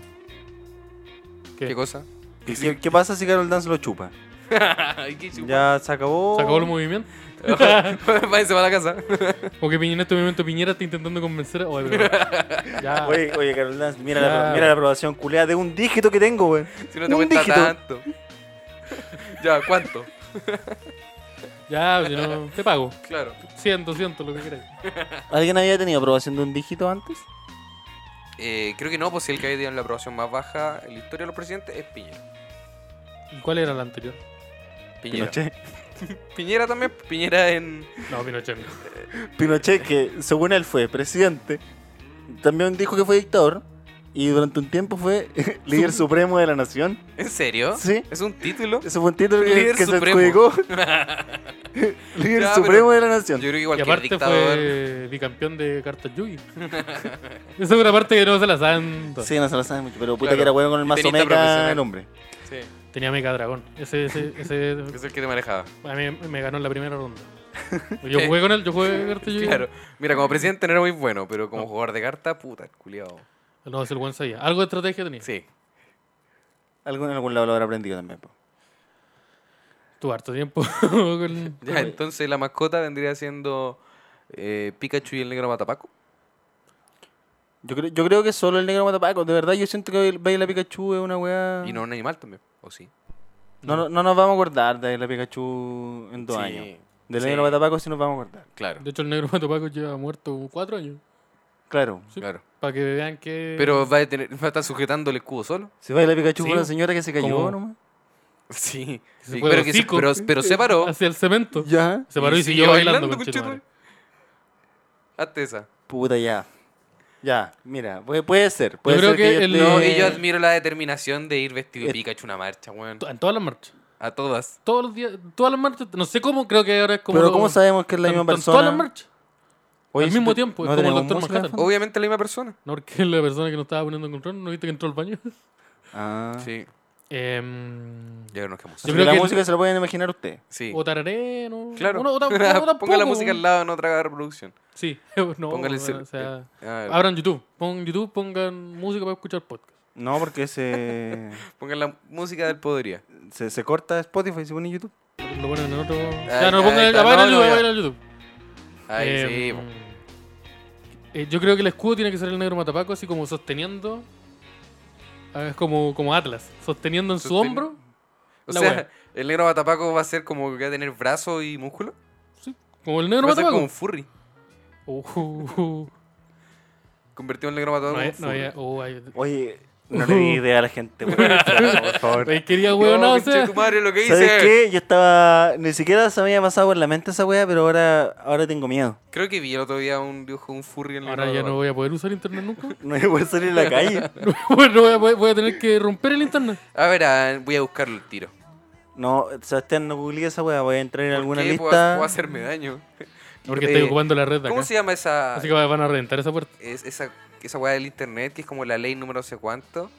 S2: ¿Qué,
S3: ¿Qué?
S2: cosa?
S4: ¿Qué, qué pasa si Carol Dance lo chupa?
S2: Ay, qué [laughs] chupa.
S4: Ya se acabó.
S3: Se acabó
S2: Oh.
S3: el movimiento.
S2: [laughs] Váyanse para la casa.
S3: O que Piñera- en este momento Piñera está intentando convencer a.
S2: [laughs]
S3: Oye, pero- ya.
S4: Oye, oye, Carol Dance, mira,
S3: Ya.
S4: la, mira la aprobación culeada de un dígito que tengo, [laughs] güey.
S2: Si no te
S4: Un
S2: cuesta
S4: dígito.
S2: tanto. [laughs] ya, ¿cuánto?
S3: Ya, si no, te pago.
S2: Claro.
S3: 100, 200, lo que quieras.
S4: ¿Alguien había tenido aprobación de un dígito antes?
S2: Eh, creo que no, pues si el que había tenido la aprobación más baja en la historia de los presidentes es Piñera.
S3: ¿Y cuál era la anterior?
S2: Piñera.
S4: Pinochet.
S2: Piñera también. Piñera en...
S3: No, Pinochet no.
S4: Pinochet, que según él fue presidente, también dijo que fue dictador. y durante un tiempo fue [laughs] líder supremo de la nación.
S2: ¿En serio?
S4: Sí.
S2: ¿Es un título?
S4: Ese fue un título que-
S2: Líder
S4: que
S2: supremo.
S4: se
S2: [laughs]
S4: adjudicó. [laughs] líder
S2: Ya,
S4: supremo
S2: pero-
S4: de la
S2: Yo
S4: nación.
S2: creo que
S3: Y
S2: cualquier
S3: aparte
S2: dictador.
S3: fue bicampeón de cartas Yugi. [laughs] Esa es una parte que no se la saben. todas.
S4: Sí, no se lo sabe mucho, pero puta
S2: Claro.
S4: que era bueno con el mazo
S2: Tenista
S4: meca
S2: profesional.
S4: el hombre.
S2: Sí,
S3: Tenía Mega Dragón. Ese, ese, ese
S2: es el que te manejaba.
S3: a mí me ganó en la primera ronda. Yo jugué con él, yo jugué cartas Yugi.
S2: Claro. Mira, como presidente no era muy bueno, pero como jugador de carta, puta, el culiao.
S3: No, es el buen sabía. Algo de estrategia tenía.
S2: Sí.
S4: Algún, en algún lado lo habrá aprendido también. po.
S3: Tuve harto tiempo [laughs] con-
S2: Ya, entonces la mascota vendría siendo eh, Pikachu y el negro Matapaco.
S4: Yo creo, yo creo que solo el negro mata Paco. De verdad, yo siento que el- Baila Pikachu es una weá.
S3: Ah.
S2: Y no un animal también, ¿o sí?
S4: No, no, no nos vamos a acordar de Baila Pikachu en dos
S2: Sí.
S4: años. Del
S2: Sí.
S4: negro mata Paco sí nos vamos a acordar.
S2: Claro,
S3: De hecho, el negro [laughs] Pato Paco lleva muerto cuatro años.
S4: Claro.
S3: Sí.
S2: claro.
S3: Para que vean que.
S2: Pero va a, tener, va a estar sujetando el escudo solo. [laughs]
S4: Si Baila Pikachu
S3: Sí.
S4: fue una señora que se cayó
S3: Como-
S4: nomás.
S2: Sí.
S3: que se
S2: pero,
S3: fue de
S2: que se,
S3: hocico
S2: pero, pero se paró.
S3: Hacia el cemento.
S4: Ya.
S3: Se paró y, siguió bailando, conchetumare.
S2: Hazte esa.
S4: Puta, ya. Ya, mira, puede, puede ser. Puede
S3: creo
S4: ser
S3: que
S4: yo
S3: el-
S4: esté-
S2: No,
S3: Eh,
S2: y yo admiro la determinación de ir vestido de
S4: eh,
S2: Pikachu a una marcha, weón.
S3: En todas las marchas.
S2: A todas.
S3: Todos los días, todas las marchas. No sé cómo, creo que ahora es como.
S4: Pero
S3: lo-
S4: ¿cómo sabemos que es la
S3: están-
S4: misma
S3: están Todas las
S4: persona?
S3: marchas.
S4: Oye,
S3: al
S4: si
S3: mismo
S4: tú-
S3: tiempo, es
S4: ¿no
S3: como el
S4: tenemos
S3: Dr.
S4: música
S3: Manhattan.
S4: de fondo?
S2: Obviamente la misma persona.
S3: No, porque [laughs] la persona que nos estaba poniendo en control no viste que entró al baño.
S4: Ah.
S2: Sí.
S3: Em,
S2: Ya nos quedamos.
S3: Yo
S4: Yo
S3: creo
S4: la
S3: que-
S4: música se la pueden imaginar usted.
S2: Sí.
S3: O tararé, ¿no?
S2: Claro.
S3: O no,
S2: [laughs]
S3: o tam- o tampoco.
S2: Ponga la música al lado, no traga reproducción.
S3: Sí, [laughs] no.
S2: Póngale el
S3: o
S2: cel-
S3: sea,
S2: Ah,
S3: abran YouTube. Pongan YouTube, pongan música para escuchar podcast.
S4: No, porque se, [laughs]
S2: Pongan la música del podería.
S4: se, se corta Spotify y se pone en YouTube.
S3: Lo ponen en otro.
S2: Ah,
S3: ya, no,
S2: ya, ahí
S3: pongan el.
S2: está.
S3: Apaguen
S2: No,
S3: el
S2: no,
S3: YouTube,
S2: ya.
S3: apaguen el YouTube.
S2: Ahí
S3: Em,
S2: sí. po.
S3: eh, yo creo que el escudo tiene que ser el negro matapaco, así como sosteniendo. Ah, Es como, como Atlas, sosteniendo en su
S2: Sosten-
S3: hombro.
S2: O
S3: la
S2: sea,
S3: wea.
S2: [laughs] el negro batapaco va a ser como que va a tener brazo y músculo.
S3: sí, como el
S2: Va
S3: negro
S2: a ser como
S3: matapaco.
S2: un furry.
S3: Uh, [laughs]
S2: Convertido en el negro batapaco.
S3: no,
S2: en
S3: hay-
S2: un
S3: no,
S2: furry.
S3: hay- oh, hay-
S4: Oye, no le di idea a la gente, por favor.
S3: Ay, quería
S2: [laughs] No,
S3: weón, no, o
S2: conche
S3: sea,
S2: tu madre, lo que
S4: ¿Sabes
S2: hice.
S4: qué? Yo estaba. Ni siquiera se me había pasado por la mente esa weá, pero ahora, ahora tengo miedo. [laughs]
S2: Creo que vi el otro día un dibujo, un furry en el
S3: Ahora
S2: negro
S3: ya no
S2: batapaco.
S3: voy a poder usar internet nunca. [laughs]
S4: No voy a poder salir a la calle.
S3: bueno, voy a, poder- voy a tener que romper el internet.
S2: A ver, ah, voy a buscarlo el tiro.
S4: No, Sebastián, no publica esa weá. Voy a entrar en
S2: ¿Por
S4: alguna
S2: qué? Pues, Puedo-
S4: lista.
S2: puedo hacerme daño.
S3: Porque estoy
S2: Eh,
S3: ocupando la red de
S2: ¿Cómo
S3: acá.
S2: se llama esa,
S3: Así que van a reventar esa puerta.
S2: es- esa, esa weá del internet que es como la ley número no sé cuánto?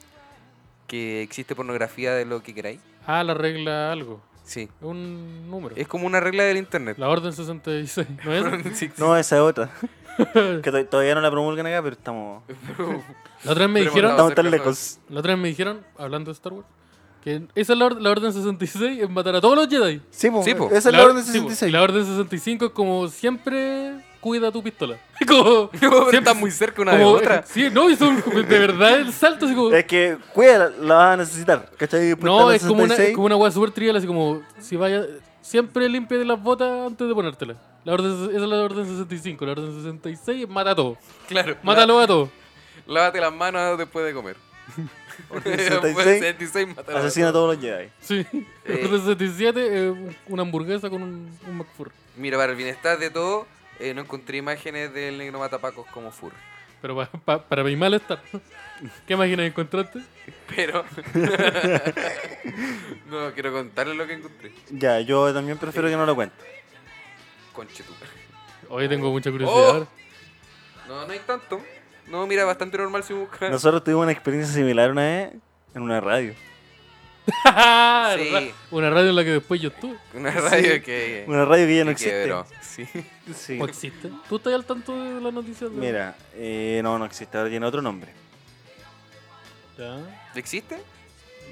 S2: Que existe pornografía de lo que queráis.
S3: Ah, la regla algo.
S2: Sí.
S3: Es un número.
S2: Es como una regla del internet.
S3: La orden 66.
S2: [laughs]
S3: ¿No es?
S2: Sí, sí.
S4: No, esa
S3: [laughs]
S4: es otra. que to- todavía no la promulgan acá, pero estamos.
S3: La otra vez me
S2: Pero
S3: dijeron.
S2: mandado.
S4: Estamos tan
S2: cerca,
S4: lejos.
S3: La otra vez me dijeron, hablando de Star Wars, que esa es la, or- la Orden 66 es matar a todos los Jedi.
S4: Sí, po,
S2: Sí, po.
S4: Esa es la,
S3: or-
S4: orden
S3: sí, po,
S4: 66.
S3: la Orden 65 es como siempre cuida tu pistola. [laughs] Como,
S2: [laughs] Pero
S3: siempre-
S2: está muy cerca una de
S3: como- eh,
S2: otra.
S3: [laughs] Sí, no, es un- de verdad el salto así como...
S4: Es que, cuida, la vas a necesitar. ¿Cachai? Después está
S3: no,
S4: la
S3: es como, una, es
S4: 66.
S3: como una hueá súper trivial, así como si vaya... Siempre limpia las botas antes de ponértela. La orden, esa es la orden 65. La orden 66 es mata a todo.
S2: Claro.
S3: Mátalo a todo.
S2: la- Lávate las manos después de
S3: [laughs]
S2: comer. [laughs]
S4: Orden
S2: Después
S4: 66,
S2: del 66, mátalo.
S4: Asesina a todos los Jedi.
S3: Sí.
S2: Eh.
S3: La orden 67 es una hamburguesa con un, un McFlurry.
S2: Mira, para el bienestar de todo, eh, no encontré imágenes del negro matapacos como furry.
S3: Pero pa- pa- para mi malestar. ¿Qué imaginas encontraste?
S2: Pero. [laughs] no, quiero contarles lo que encontré.
S4: Ya, yo también prefiero que no lo cuente.
S2: Conchetumare.
S3: Hoy tengo mucha
S2: Oh.
S3: curiosidad.
S2: No, no hay tanto. No, mira, bastante normal si buscas.
S4: Nosotros tuvimos una experiencia similar una vez en una radio.
S3: [laughs]
S2: Sí.
S3: ¿verdad? Una radio en la que después yo estuve.
S2: Una radio que.
S4: Una radio que ya no
S2: que
S4: existe.
S2: quebró. Sí.
S4: Sí.
S3: ¿O existe? ¿Tú estás al tanto de las noticias? de-
S4: Mira, eh, no, no existe, ahora tiene otro nombre.
S3: Ya.
S2: ¿Existe?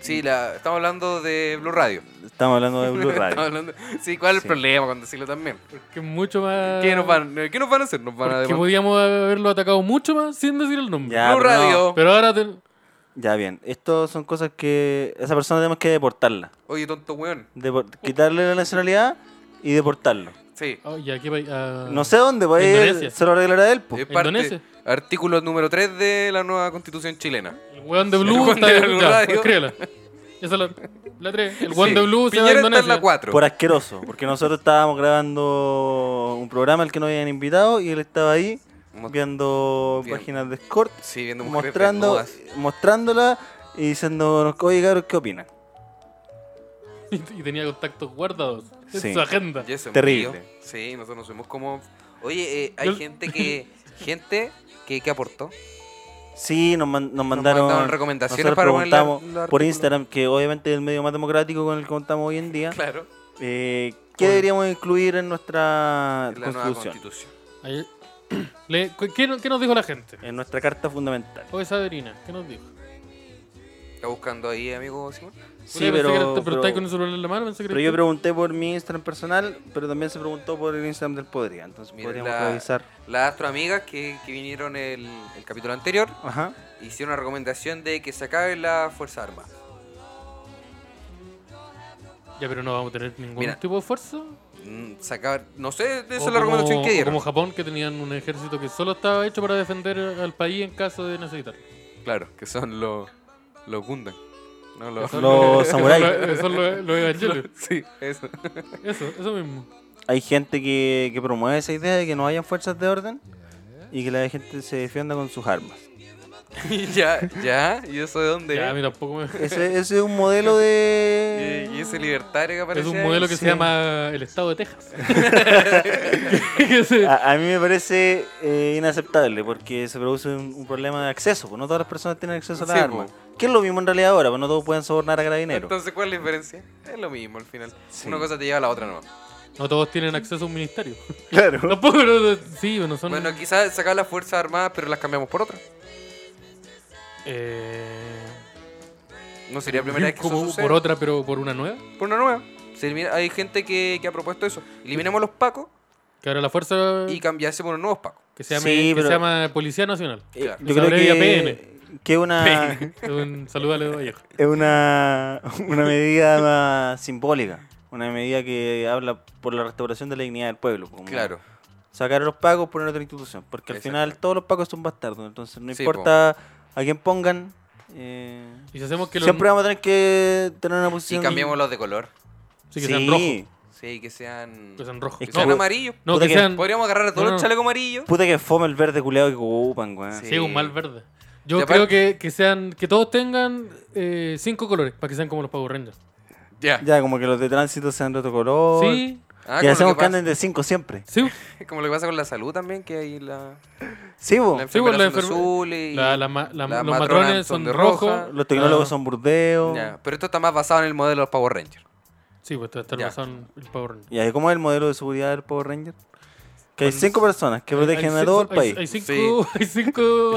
S2: Sí, la, estamos hablando de Blue Radio.
S4: Estamos hablando de
S2: [laughs]
S4: Blue
S2: Estamos
S4: Radio.
S2: hablando- sí, ¿cuál es
S4: Sí.
S2: el problema con decirlo también?
S3: Porque es mucho más.
S2: ¿Qué nos, van, eh, ¿Qué nos van a hacer? Nos van a
S3: Ah. Porque
S2: demandar.
S3: podíamos haberlo atacado mucho más sin decir el nombre.
S4: Ya,
S2: Blue
S4: pero no.
S2: Radio.
S3: Pero ahora. te-
S4: Ya, bien. Estas son cosas que. Esa persona tenemos que deportarla.
S2: Oye, tonto weón.
S4: Depor- quitarle la nacionalidad y deportarlo.
S2: Sí.
S3: Oh, ya, ¿qué país? Ah,
S4: No sé dónde, pues
S3: Indonesia.
S4: ahí se lo arreglará él. pues.
S2: Es parte.
S3: ¿Indonesia?
S2: Artículo número 3 de la nueva constitución chilena.
S3: El weón de
S2: El
S3: Blue
S2: weón
S3: está
S2: de
S3: de
S2: Blue
S3: ya,
S2: Radio.
S3: escríbela. Esa es la, la 3. El weón
S2: Sí.
S3: de Blue se va a
S2: Piñera está en
S3: Indonesia.
S2: la 4.
S4: Por asqueroso, porque nosotros estábamos grabando un programa al que no habían invitado y él estaba ahí
S2: Mo-
S4: viendo
S2: Bien.
S4: páginas de escort,
S2: Sí, viendo mujeres
S4: mostrando,
S2: desnudas.
S4: mostrándola y diciendo, oye, cabros, ¿qué opinan?
S3: Y, y tenía contactos guardados en
S4: Sí.
S3: su agenda.
S2: Y eso es
S4: Terrible.
S2: mío. Sí, nosotros somos como... Oye, eh, hay
S3: Yo-
S2: gente que... Gente que, que aportó.
S4: Sí, nos, man- nos mandaron,
S2: mandaron recomendaciones
S4: nosotros
S2: para poner la-
S4: preguntamos
S2: la
S4: por
S2: artículo.
S4: Instagram, que obviamente es el medio más democrático con el que contamos hoy en día.
S2: [laughs] Claro.
S4: eh, ¿Qué deberíamos incluir en nuestra
S2: La nueva
S4: constitución?
S2: constitución.
S3: Ayer- [clears throat] Le- ¿qué- ¿qué, no- qué nos dijo la gente?
S4: En nuestra carta fundamental.
S3: Oye, Sabrina, ¿qué nos dijo?
S2: ¿Está buscando ahí, amigo Simón?
S4: Sí,
S3: Puta, pensé
S4: pero,
S3: que era- pero
S4: pero-
S3: estáis con el celular en la mano, pensé que
S4: pero
S3: eras
S4: yo
S3: tú.
S4: pregunté por mi Instagram personal, pero también se preguntó por el Instagram del Podría. Entonces
S2: Mira,
S4: podríamos
S2: la-
S4: revisar.
S2: Las astroamigas que, que vinieron el, el capítulo anterior
S4: Ajá.
S2: hicieron una recomendación de que se acabe la Fuerza Armada.
S3: Ya, pero no vamos a tener ningún
S2: Mira.
S3: tipo de esfuerzo.
S2: Mm, se acaba- no sé, esa
S3: O
S2: es la recomendación
S3: como-
S2: que
S3: o
S2: dieron.
S3: Como Japón, que tenían un ejército que solo estaba hecho para defender al país en caso de necesitarlo.
S2: Claro, que son los los Gundam. No los.
S3: Son
S4: Los
S3: que son
S4: samuráis.
S3: los- Son los, los evangelios.
S2: [laughs] Sí, eso.
S3: Eso, eso mismo.
S4: Hay gente que, que promueve esa idea de que no hayan fuerzas de orden y que la gente se defienda con sus armas.
S2: Y ya, ya, y eso de dónde.
S3: Ya, a
S2: es?
S3: mí tampoco me-
S4: Ese, ese es un modelo de...
S2: [laughs] Y, y ese libertario que
S3: Es
S2: aparece.
S3: un
S2: ahí.
S3: modelo que
S4: sí.
S3: se llama el Estado de
S2: [laughs]
S3: Texas. [laughs] Que se-
S4: A, a mí me parece eh, inaceptable porque se produce un, un problema de acceso, pues no todas las personas tienen acceso a las
S2: Sí, pues.
S4: armas. Que es lo mismo en realidad ahora, pues no todos pueden sobornar a carabineros.
S2: Entonces, ¿cuál es la diferencia? Es lo mismo al final.
S4: Sí.
S2: Una cosa te lleva a la otra, ¿no?
S3: No todos tienen acceso a un ministerio.
S4: Claro.
S3: Tampoco, no, no, sí, bueno, son.
S2: Bueno, quizás se acaba la Fuerza Armada, pero las cambiamos por otra.
S3: eh,
S2: No sería la primera vez que eso
S3: como
S2: sucede.
S3: por otra, pero por una nueva.
S2: Por una nueva. Se elimina- hay gente que, que ha propuesto eso. Eliminemos los pacos
S3: Que ahora la fuerza
S2: y cambiase por unos nuevos pacos.
S3: que se llama,
S4: Sí,
S3: que
S4: pero-
S3: se llama Policía Nacional.
S2: Claro.
S4: Yo
S3: Se
S4: creo
S3: abrevia
S4: que, que
S2: Ah.
S4: una,
S3: Es Un saludo a Ledo Vallejo.
S4: es una,
S2: [laughs]
S4: una medida más simbólica, una medida que habla por la restauración de la dignidad del pueblo. como
S2: Claro.
S4: Sacar a los pagos, poner otra institución, porque al
S2: Exacto.
S4: final todos los pagos son bastardos, entonces no
S2: Sí,
S4: importa a quién pongan. eh,
S3: Y si hacemos que los.
S4: siempre vamos a tener que tener una
S2: Y
S4: posición...
S2: cambiemos los de color.
S3: Sí, que sean rojos.
S2: Sí, que sean.
S3: Que sean rojos.
S2: Que
S4: Es
S2: sean
S4: como-
S2: amarillos.
S3: No,
S4: Puta
S3: que
S4: que-
S3: sean.
S2: Podríamos agarrar a todos
S3: No,
S2: los
S3: no.
S2: chalecos amarillos.
S4: Puta que fome el verde culeado que ocupan, weón.
S2: Sí.
S3: Sí, un mal verde. Yo
S2: Y
S3: creo
S2: aparte-
S3: que, que sean que todos tengan eh, cinco colores para que sean como los Power Rangers.
S2: Pues, Ya.
S4: Ya, como que los de tránsito sean de otro color.
S3: Sí,
S2: Ah,
S4: y
S2: como,
S4: hacemos
S2: lo que
S4: que anden
S2: pasa,
S4: de 5 siempre.
S3: sí.
S2: [laughs] como lo que pasa con la salud también, que hay la,
S4: Sí, bo.
S2: la
S3: Sí, pues,
S2: enfermera
S3: la
S2: son
S3: enferme-
S2: azul y.
S3: La- la ma- la-
S2: la
S3: los
S2: matrona
S3: matrones son de rojo.
S2: roja.
S4: Los tecnólogos
S3: Ah.
S4: son burdeos.
S2: Ya, Pero esto está más basado en el modelo de los Power Rangers.
S3: Sí, pues está
S2: Ya.
S3: basado en el Power Ranger.
S4: ¿Y ahí cómo es el modelo de seguridad del Power Ranger? Que hay
S3: Con-
S4: cinco personas que protegen
S3: Hay
S4: a todo el
S3: cinco-
S4: país.
S3: Hay, hay cinco, [laughs] hay cinco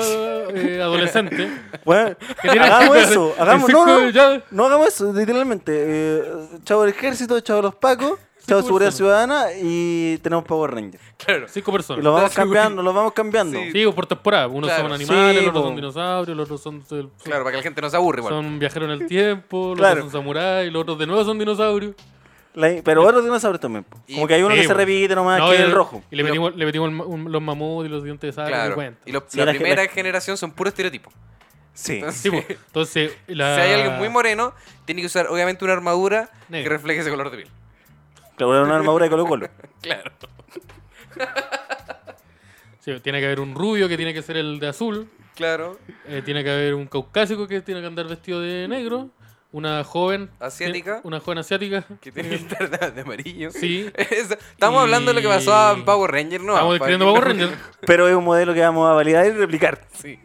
S3: eh, adolescentes.
S4: [laughs] Bueno,
S3: [laughs] que tienen-
S4: hagamos eso,
S3: [laughs] hay
S4: hagamos,
S3: cinco
S4: no, no,
S3: ya-
S4: no hagamos eso, literalmente. Eh, chavo el ejército, chavo
S3: [laughs]
S4: los pacos, chavo seguridad
S3: personas.
S4: ciudadana y tenemos Power Ranger.
S2: Claro.
S3: Cinco personas.
S4: Y lo vamos cambiando, lo vamos cambiando.
S2: Sí.
S3: Sí, o por temporada. Unos
S2: Claro.
S3: son animales,
S4: Sí,
S3: los otros
S4: po.
S3: son dinosaurios, los otros son, son-
S2: Claro, para que la gente no se aburre, igual.
S3: son viajeros en el tiempo, los
S4: Claro.
S3: otros son samuráis, los otros de nuevo son dinosaurios.
S4: La- pero otros dinosaurios también. po.
S2: Y-
S4: Como que hay uno
S3: Sí,
S4: que se
S3: bueno.
S4: repite nomás,
S3: No,
S4: Ah, que
S3: y
S4: es el
S3: le-
S4: rojo.
S3: Y le metimos, le metimos el ma- un- los mamuts y los dientes de sable y
S2: Claro.
S3: cuenta.
S2: Y los-
S4: Sí,
S2: la
S4: la
S2: primera
S4: gente-
S2: generación son puro estereotipo.
S4: Sí.
S2: [laughs]
S3: Sí, po. Entonces, la...
S2: Si hay alguien muy moreno, tiene que usar obviamente una armadura que
S3: Negro.
S2: refleje ese color de piel.
S4: Claro, era una armadura de Colo Colo.
S2: Claro.
S3: Sí, tiene que haber un rubio que tiene que ser el de azul.
S2: Claro.
S3: eh, tiene que haber un caucásico que tiene que andar vestido de negro. Una joven. eh,
S2: Asiática.
S3: Una joven asiática.
S2: Que tiene que estar de, de amarillo.
S3: Sí.
S2: [laughs] Eso- Estamos hablando de lo que pasó en Power Ranger, ¿no?
S3: [laughs] Estamos describiendo
S2: Para
S3: Power
S2: que-
S3: Ranger.
S4: Pero es un modelo que vamos a validar y replicar.
S2: Sí.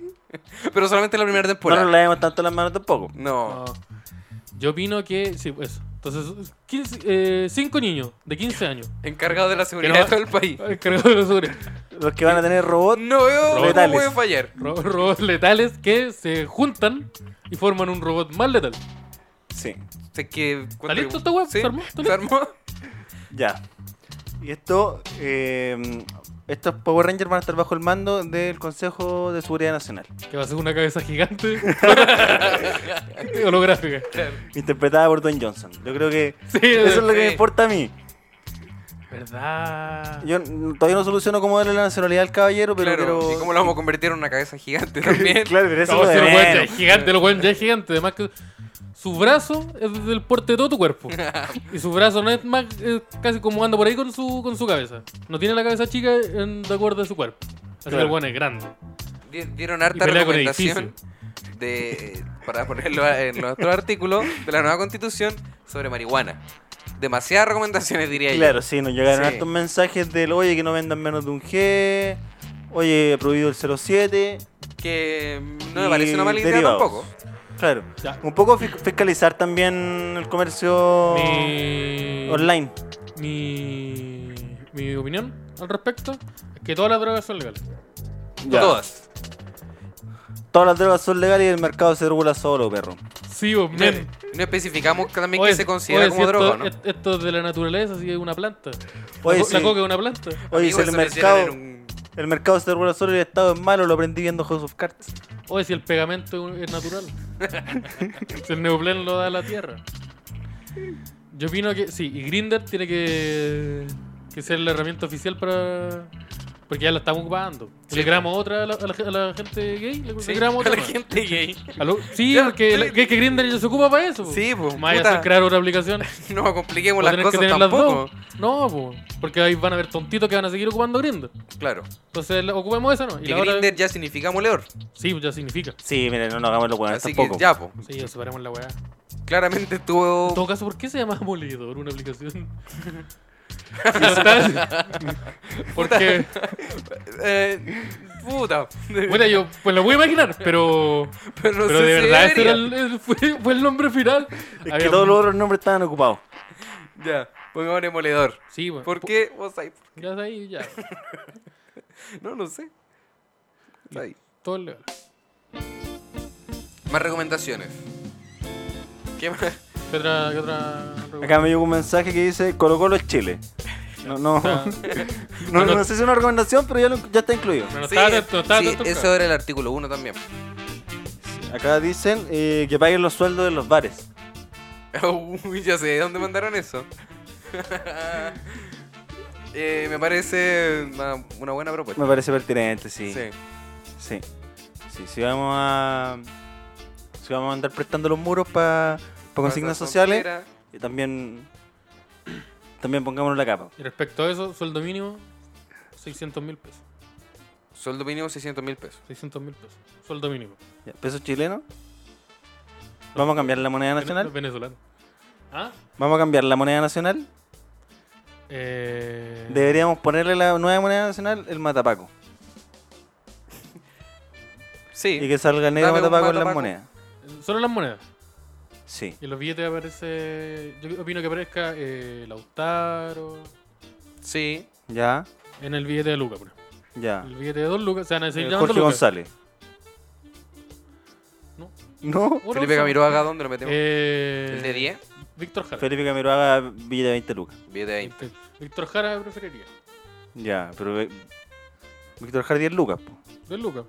S2: Pero solamente en la primera
S4: No nos
S2: temporada.
S4: lavemos tanto las manos tampoco.
S2: [laughs] No.
S3: No. Yo opino que. Sí, pues. Entonces, 15, eh, cinco niños de
S2: [laughs]
S3: 15 años.
S2: Encargado de la seguridad
S3: Pero-
S2: de todo el país.
S3: Cargados de los sobre-
S4: Los que van a tener
S3: Mm.
S4: robots.
S2: No veo cómo
S4: Letales.
S2: puede fallar.
S3: ro- robots letales que se juntan y forman un robot más letal.
S4: Sí.
S2: O sea, que,
S3: ¿Está listo esta weá?
S2: Sí.
S3: ¿Se armó? ¿Está
S2: ¿Se
S3: listo? [laughs]
S2: armó? [laughs]
S4: Ya. Y esto. eh, estos Power Rangers van a estar bajo el mando del Consejo de Seguridad Nacional.
S3: Que va a ser una cabeza gigante. [laughs] holográfica.
S4: Interpretada por Don Johnson. Yo creo que.
S3: Sí,
S4: Eso es lo que me
S2: sí.
S4: importa a mí.
S3: verdad.
S4: Yo n- todavía no soluciono cómo darle la nacionalidad al caballero, pero.
S2: claro.
S4: quiero-
S2: ¿Y cómo lo vamos a convertir en una cabeza gigante
S4: [laughs]
S2: también?
S4: Claro, pero eso
S3: No,
S4: es lo
S3: si
S4: de
S3: el weón ya
S4: menos.
S3: es gigante, el weón ya es gigante. Además que su brazo es desde el porte de todo tu
S4: [laughs]
S3: cuerpo. Y su brazo no es más es casi como anda por ahí con su, con su cabeza. No tiene la cabeza chica en- de acuerdo a su cuerpo. Así que
S4: Claro.
S3: el weón es grande.
S2: Di- Dieron
S3: Y
S2: harta
S3: pelea con
S2: recomendación de, para ponerlo en nuestro artículo de la nueva constitución sobre marihuana. Demasiadas recomendaciones, diría yo.
S4: Claro, sí, nos llegaron
S2: Sí.
S4: hartos mensajes del oye que no vendan menos de un G, oye prohibido el 07.
S2: Que no me
S4: y
S2: parece una mala idea
S4: derivados.
S2: tampoco.
S4: Claro.
S3: Ya.
S4: Un poco fi- fiscalizar también el comercio
S3: Mi,
S4: Oh. online.
S3: mi, mi opinión al respecto es que todas las drogas son legales.
S2: No Todas.
S4: Todas las drogas son legales y el mercado se regula solo, perro.
S3: Sí, vos,
S2: No,
S3: men.
S2: no especificamos también
S3: Oye,
S2: que se considera
S3: oye,
S2: como
S3: si esto-
S2: droga, ¿no?
S3: et- Esto es de la naturaleza, así que es una planta.
S4: Oye,
S3: la, co- la
S4: sí.
S3: coca es una planta.
S4: Oye,
S2: Amigos,
S4: si el
S2: eso lo hicieron
S4: mercado,
S2: en un-
S4: el mercado se regula solo y el Estado es malo, lo aprendí viendo House of Cards.
S3: Oye, si el pegamento es un- es
S2: [laughs]
S3: natural. si el neoplen lo da la tierra. Yo opino que sí, y Grinder tiene que, que ser la herramienta oficial para. Porque ya la estamos ocupando.
S2: Sí.
S3: Le creamos otra a la, a la- a la gente gay. Le, le
S2: Sí,
S3: creamos
S2: [laughs] a
S3: otra.
S2: la
S3: más.
S2: gente
S3: [laughs]
S2: gay.
S3: A lo- sí,
S2: Ya,
S3: porque
S2: sí.
S3: la- que, que Grindr ya se ocupa para eso. po.
S2: Sí, pues,
S3: Más allá de
S2: puta.
S3: hacer crear
S2: [laughs]
S3: otra aplicación.
S2: No compliquemos
S3: va
S2: las
S3: a tener que
S2: cosas
S3: tener
S2: tampoco.
S3: las dos. No, po, porque ahí van a haber tontitos que van a seguir ocupando Grindr.
S2: Claro.
S3: Entonces la- ocupemos esa, ¿no? Y
S2: Que
S3: la otra-
S2: Grinder ya significa moleor.
S3: Sí, ya significa.
S4: Sí, miren, no nos hagamos los
S3: Ah,
S4: hueones
S2: Así
S4: tampoco.
S2: que ya, po.
S3: Sí, ya separamos la weá.
S2: Claramente estuvo.
S3: [laughs] En todo caso, ¿por qué se llama Moledor una aplicación? Ya está. Porque,
S2: Eh, puta.
S3: bueno, yo pues lo voy a imaginar, pero,
S2: [laughs] pero no
S3: pero
S2: sé
S3: de
S2: si
S3: verdad ese
S2: debería.
S3: era el, el- fue, fue el nombre final.
S4: Es que
S3: Había-
S4: todos los otros nombres estaban ocupados.
S2: Ya, pongamos moledor.
S3: Sí, bueno.
S2: ¿Por qué? Vos ahí.
S3: Ya está ahí, ya.
S2: No, no sé. Está ahí.
S3: Todo es legal.
S2: Más recomendaciones. ¿Qué más?
S3: ¿Qué otra, qué otra regulación?
S4: Acá me llegó un mensaje que dice Colo Colo es Chile. No, no,
S3: Ah,
S4: [laughs] no, no sé si es una recomendación, pero ya, lo- ya está incluido.
S3: pero no
S2: Sí,
S3: estaba atento, estaba
S2: sí,
S3: atento el
S2: eso
S3: cabrón.
S2: era el artículo 1 también. [laughs]
S4: Acá dicen eh, que paguen los sueldos de los bares.
S2: Uy, ya sé, ¿de dónde mandaron eso? [laughs] Eh, me parece una, una buena propuesta.
S4: Me parece pertinente, sí.
S2: Sí.
S4: Sí. Sí, sí vamos a. Si vamos a andar prestando los muros para consignas
S2: Plaza
S4: sociales,
S2: Frontera.
S4: y también. También pongámonos la capa.
S3: Y respecto a eso, sueldo mínimo, 600 mil pesos.
S2: Sueldo mínimo 600 mil pesos.
S3: 600 mil pesos. Sueldo mínimo.
S4: Ya, peso chileno. Vamos a cambiar la moneda nacional.
S3: Venezolano. ¿Ah?
S4: Vamos a cambiar la moneda nacional.
S3: Eh,
S4: Deberíamos ponerle la nueva moneda nacional el matapaco.
S2: Sí.
S4: Y que salga el negro
S2: Dame un
S4: matapaco en las
S2: matapaco.
S4: monedas.
S3: Solo las monedas.
S4: Sí.
S3: Y en los billetes aparece. Yo opino que aparezca eh, Lautaro.
S2: Sí.
S4: Ya,
S3: En el billete de Lucas, por ejemplo.
S4: ya.
S3: El billete de dos Lucas. Se van a seguir
S4: Ah. Eh,
S3: llamando
S4: Jorge
S3: Lucas.
S4: González.
S3: No.
S4: No.
S3: Oro,
S2: Felipe
S3: sí.
S2: Camiroaga, ¿dónde lo metemos?
S3: Eh,
S2: ¿El de 10?
S3: Víctor Jara.
S4: Felipe Camiroaga, billete de 20 lucas.
S2: Billete de 20.
S3: Víctor- Víctor Jara preferiría.
S4: Ya, pero. ve- Víctor Jara 10 lucas, po.
S3: Dos Lucas.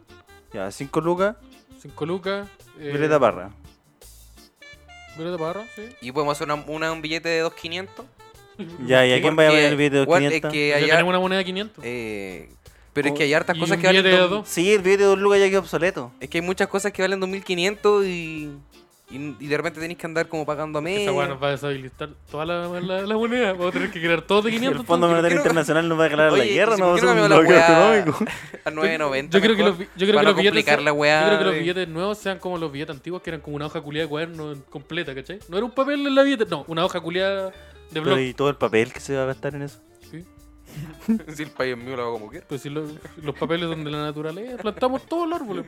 S4: Ya, 5 lucas,
S3: Cinco Lucas. Eh,
S4: Violeta Parra.
S3: Violeta Parra, sí.
S2: ¿Y podemos hacer una, una- un billete de 2.500?
S4: Ya, ¿y a quién vaya a
S2: Porque,
S4: poner el billete de
S2: igual,
S4: 500?
S2: Es que
S3: Ya
S2: hay
S3: tenemos
S2: har-
S3: una moneda de 500.
S2: eh, pero es
S4: Oh,
S2: que hay hartas
S3: y
S2: cosas
S3: un
S2: que valen...
S3: billete de
S2: dos-
S3: dos.
S4: Sí, el billete de 2 lucas ya quedó obsoleto.
S2: Es que hay muchas cosas que valen 2.500 y, y, y de repente tenéis que andar como pagando a
S3: Esa weá
S2: medio.
S3: nos va a deshabilitar toda la, la, la moneda. Vamos a tener que crear todos de
S4: Y
S3: 500.
S4: el Fondo
S3: entonces.
S4: Monetario
S2: creo-
S4: Internacional nos va a declarar la
S2: Oye,
S4: guerra,
S2: ¿y
S4: no va a
S2: por qué
S4: ser
S2: no cambiamos
S4: un
S2: la
S4: bloqueo
S2: weá
S4: económico.
S2: A 9.90.
S3: Yo creo que
S2: mejor?
S3: los, bi- yo
S2: Van
S3: creo que
S2: a
S3: los billetes.
S2: complicar
S3: se-
S2: la weá
S3: yo creo que los
S2: de-
S3: billetes nuevos sean como los billetes antiguos, que eran como una hoja culiada de cuaderno completa, ¿cachai? No era un papel en la billete, no, una hoja culiada de blog.
S4: Pero y todo el papel que se va a gastar en eso.
S3: Sí,
S2: Si el país es mío, lo hago como quiera.
S3: Pues si lo- los papeles son de la naturaleza, plantamos todos los árboles.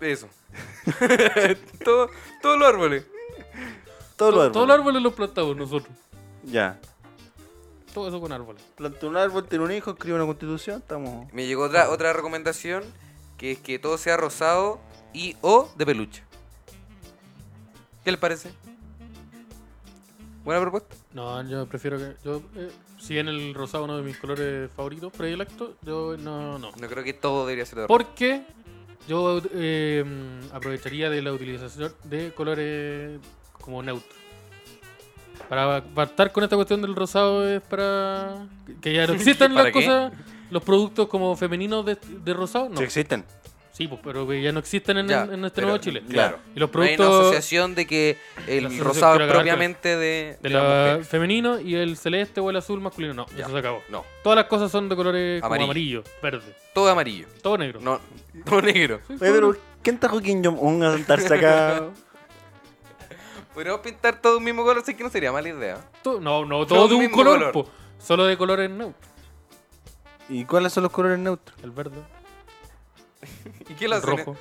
S2: Eso. Todo- todos los árboles.
S4: Todos los
S3: Todos
S4: árboles.
S3: los plantamos nosotros.
S4: Ya.
S3: Todo eso con árboles.
S4: Planta un árbol, tiene un hijo, escribe una constitución, estamos.
S2: Me llegó otra, otra recomendación, que es que todo sea rosado y o de peluche. ¿Qué les parece? Buena propuesta.
S3: No, yo prefiero que. Yo, eh, si bien el rosado es uno de mis colores favoritos, predilectos, yo no, no.
S2: No creo que todo debería ser de rosa.
S3: Porque yo eh, aprovecharía de la utilización de colores como neutros. Para apartar con esta cuestión del rosado es para que ya no existan
S2: ¿Para
S3: las
S2: qué?
S3: cosas, los productos como femeninos de, de rosado, no.
S4: Sí existen.
S3: Sí, pues, pero que ya no existen en,
S2: Ya,
S3: en este
S2: pero-
S3: nuevo Chile.
S2: claro.
S3: Y los
S2: No hay una
S3: productos
S2: asociación de que
S3: La
S2: el
S3: asociación
S2: rosado
S3: quiere
S2: es
S3: acabar con-
S2: propiamente de,
S3: de
S2: de las
S3: la
S2: mujeres.
S3: femenino y el celeste o el azul masculino, no,
S2: Ya.
S3: eso se acabó.
S2: No,
S3: Todas las cosas son de colores como
S2: Amarillo.
S3: amarillo, verde,
S2: todo amarillo.
S3: todo negro.
S2: No, [laughs] todo negro.
S3: Sí,
S4: Oye,
S3: todo
S4: pero
S3: negro.
S4: ¿quién trajo Kim Jong-un a sentarse acá?
S2: Podríamos pintar todo un mismo color, así que no sería mala idea.
S3: To- no, no,
S2: Todo
S3: todo de un
S2: mismo
S3: color,
S2: color.
S3: po. solo de colores neutros.
S4: [laughs] ¿Y cuáles son los colores neutros?
S3: El verde,
S2: ¿Y qué lo
S3: el
S2: hacen? eh?
S3: rojo,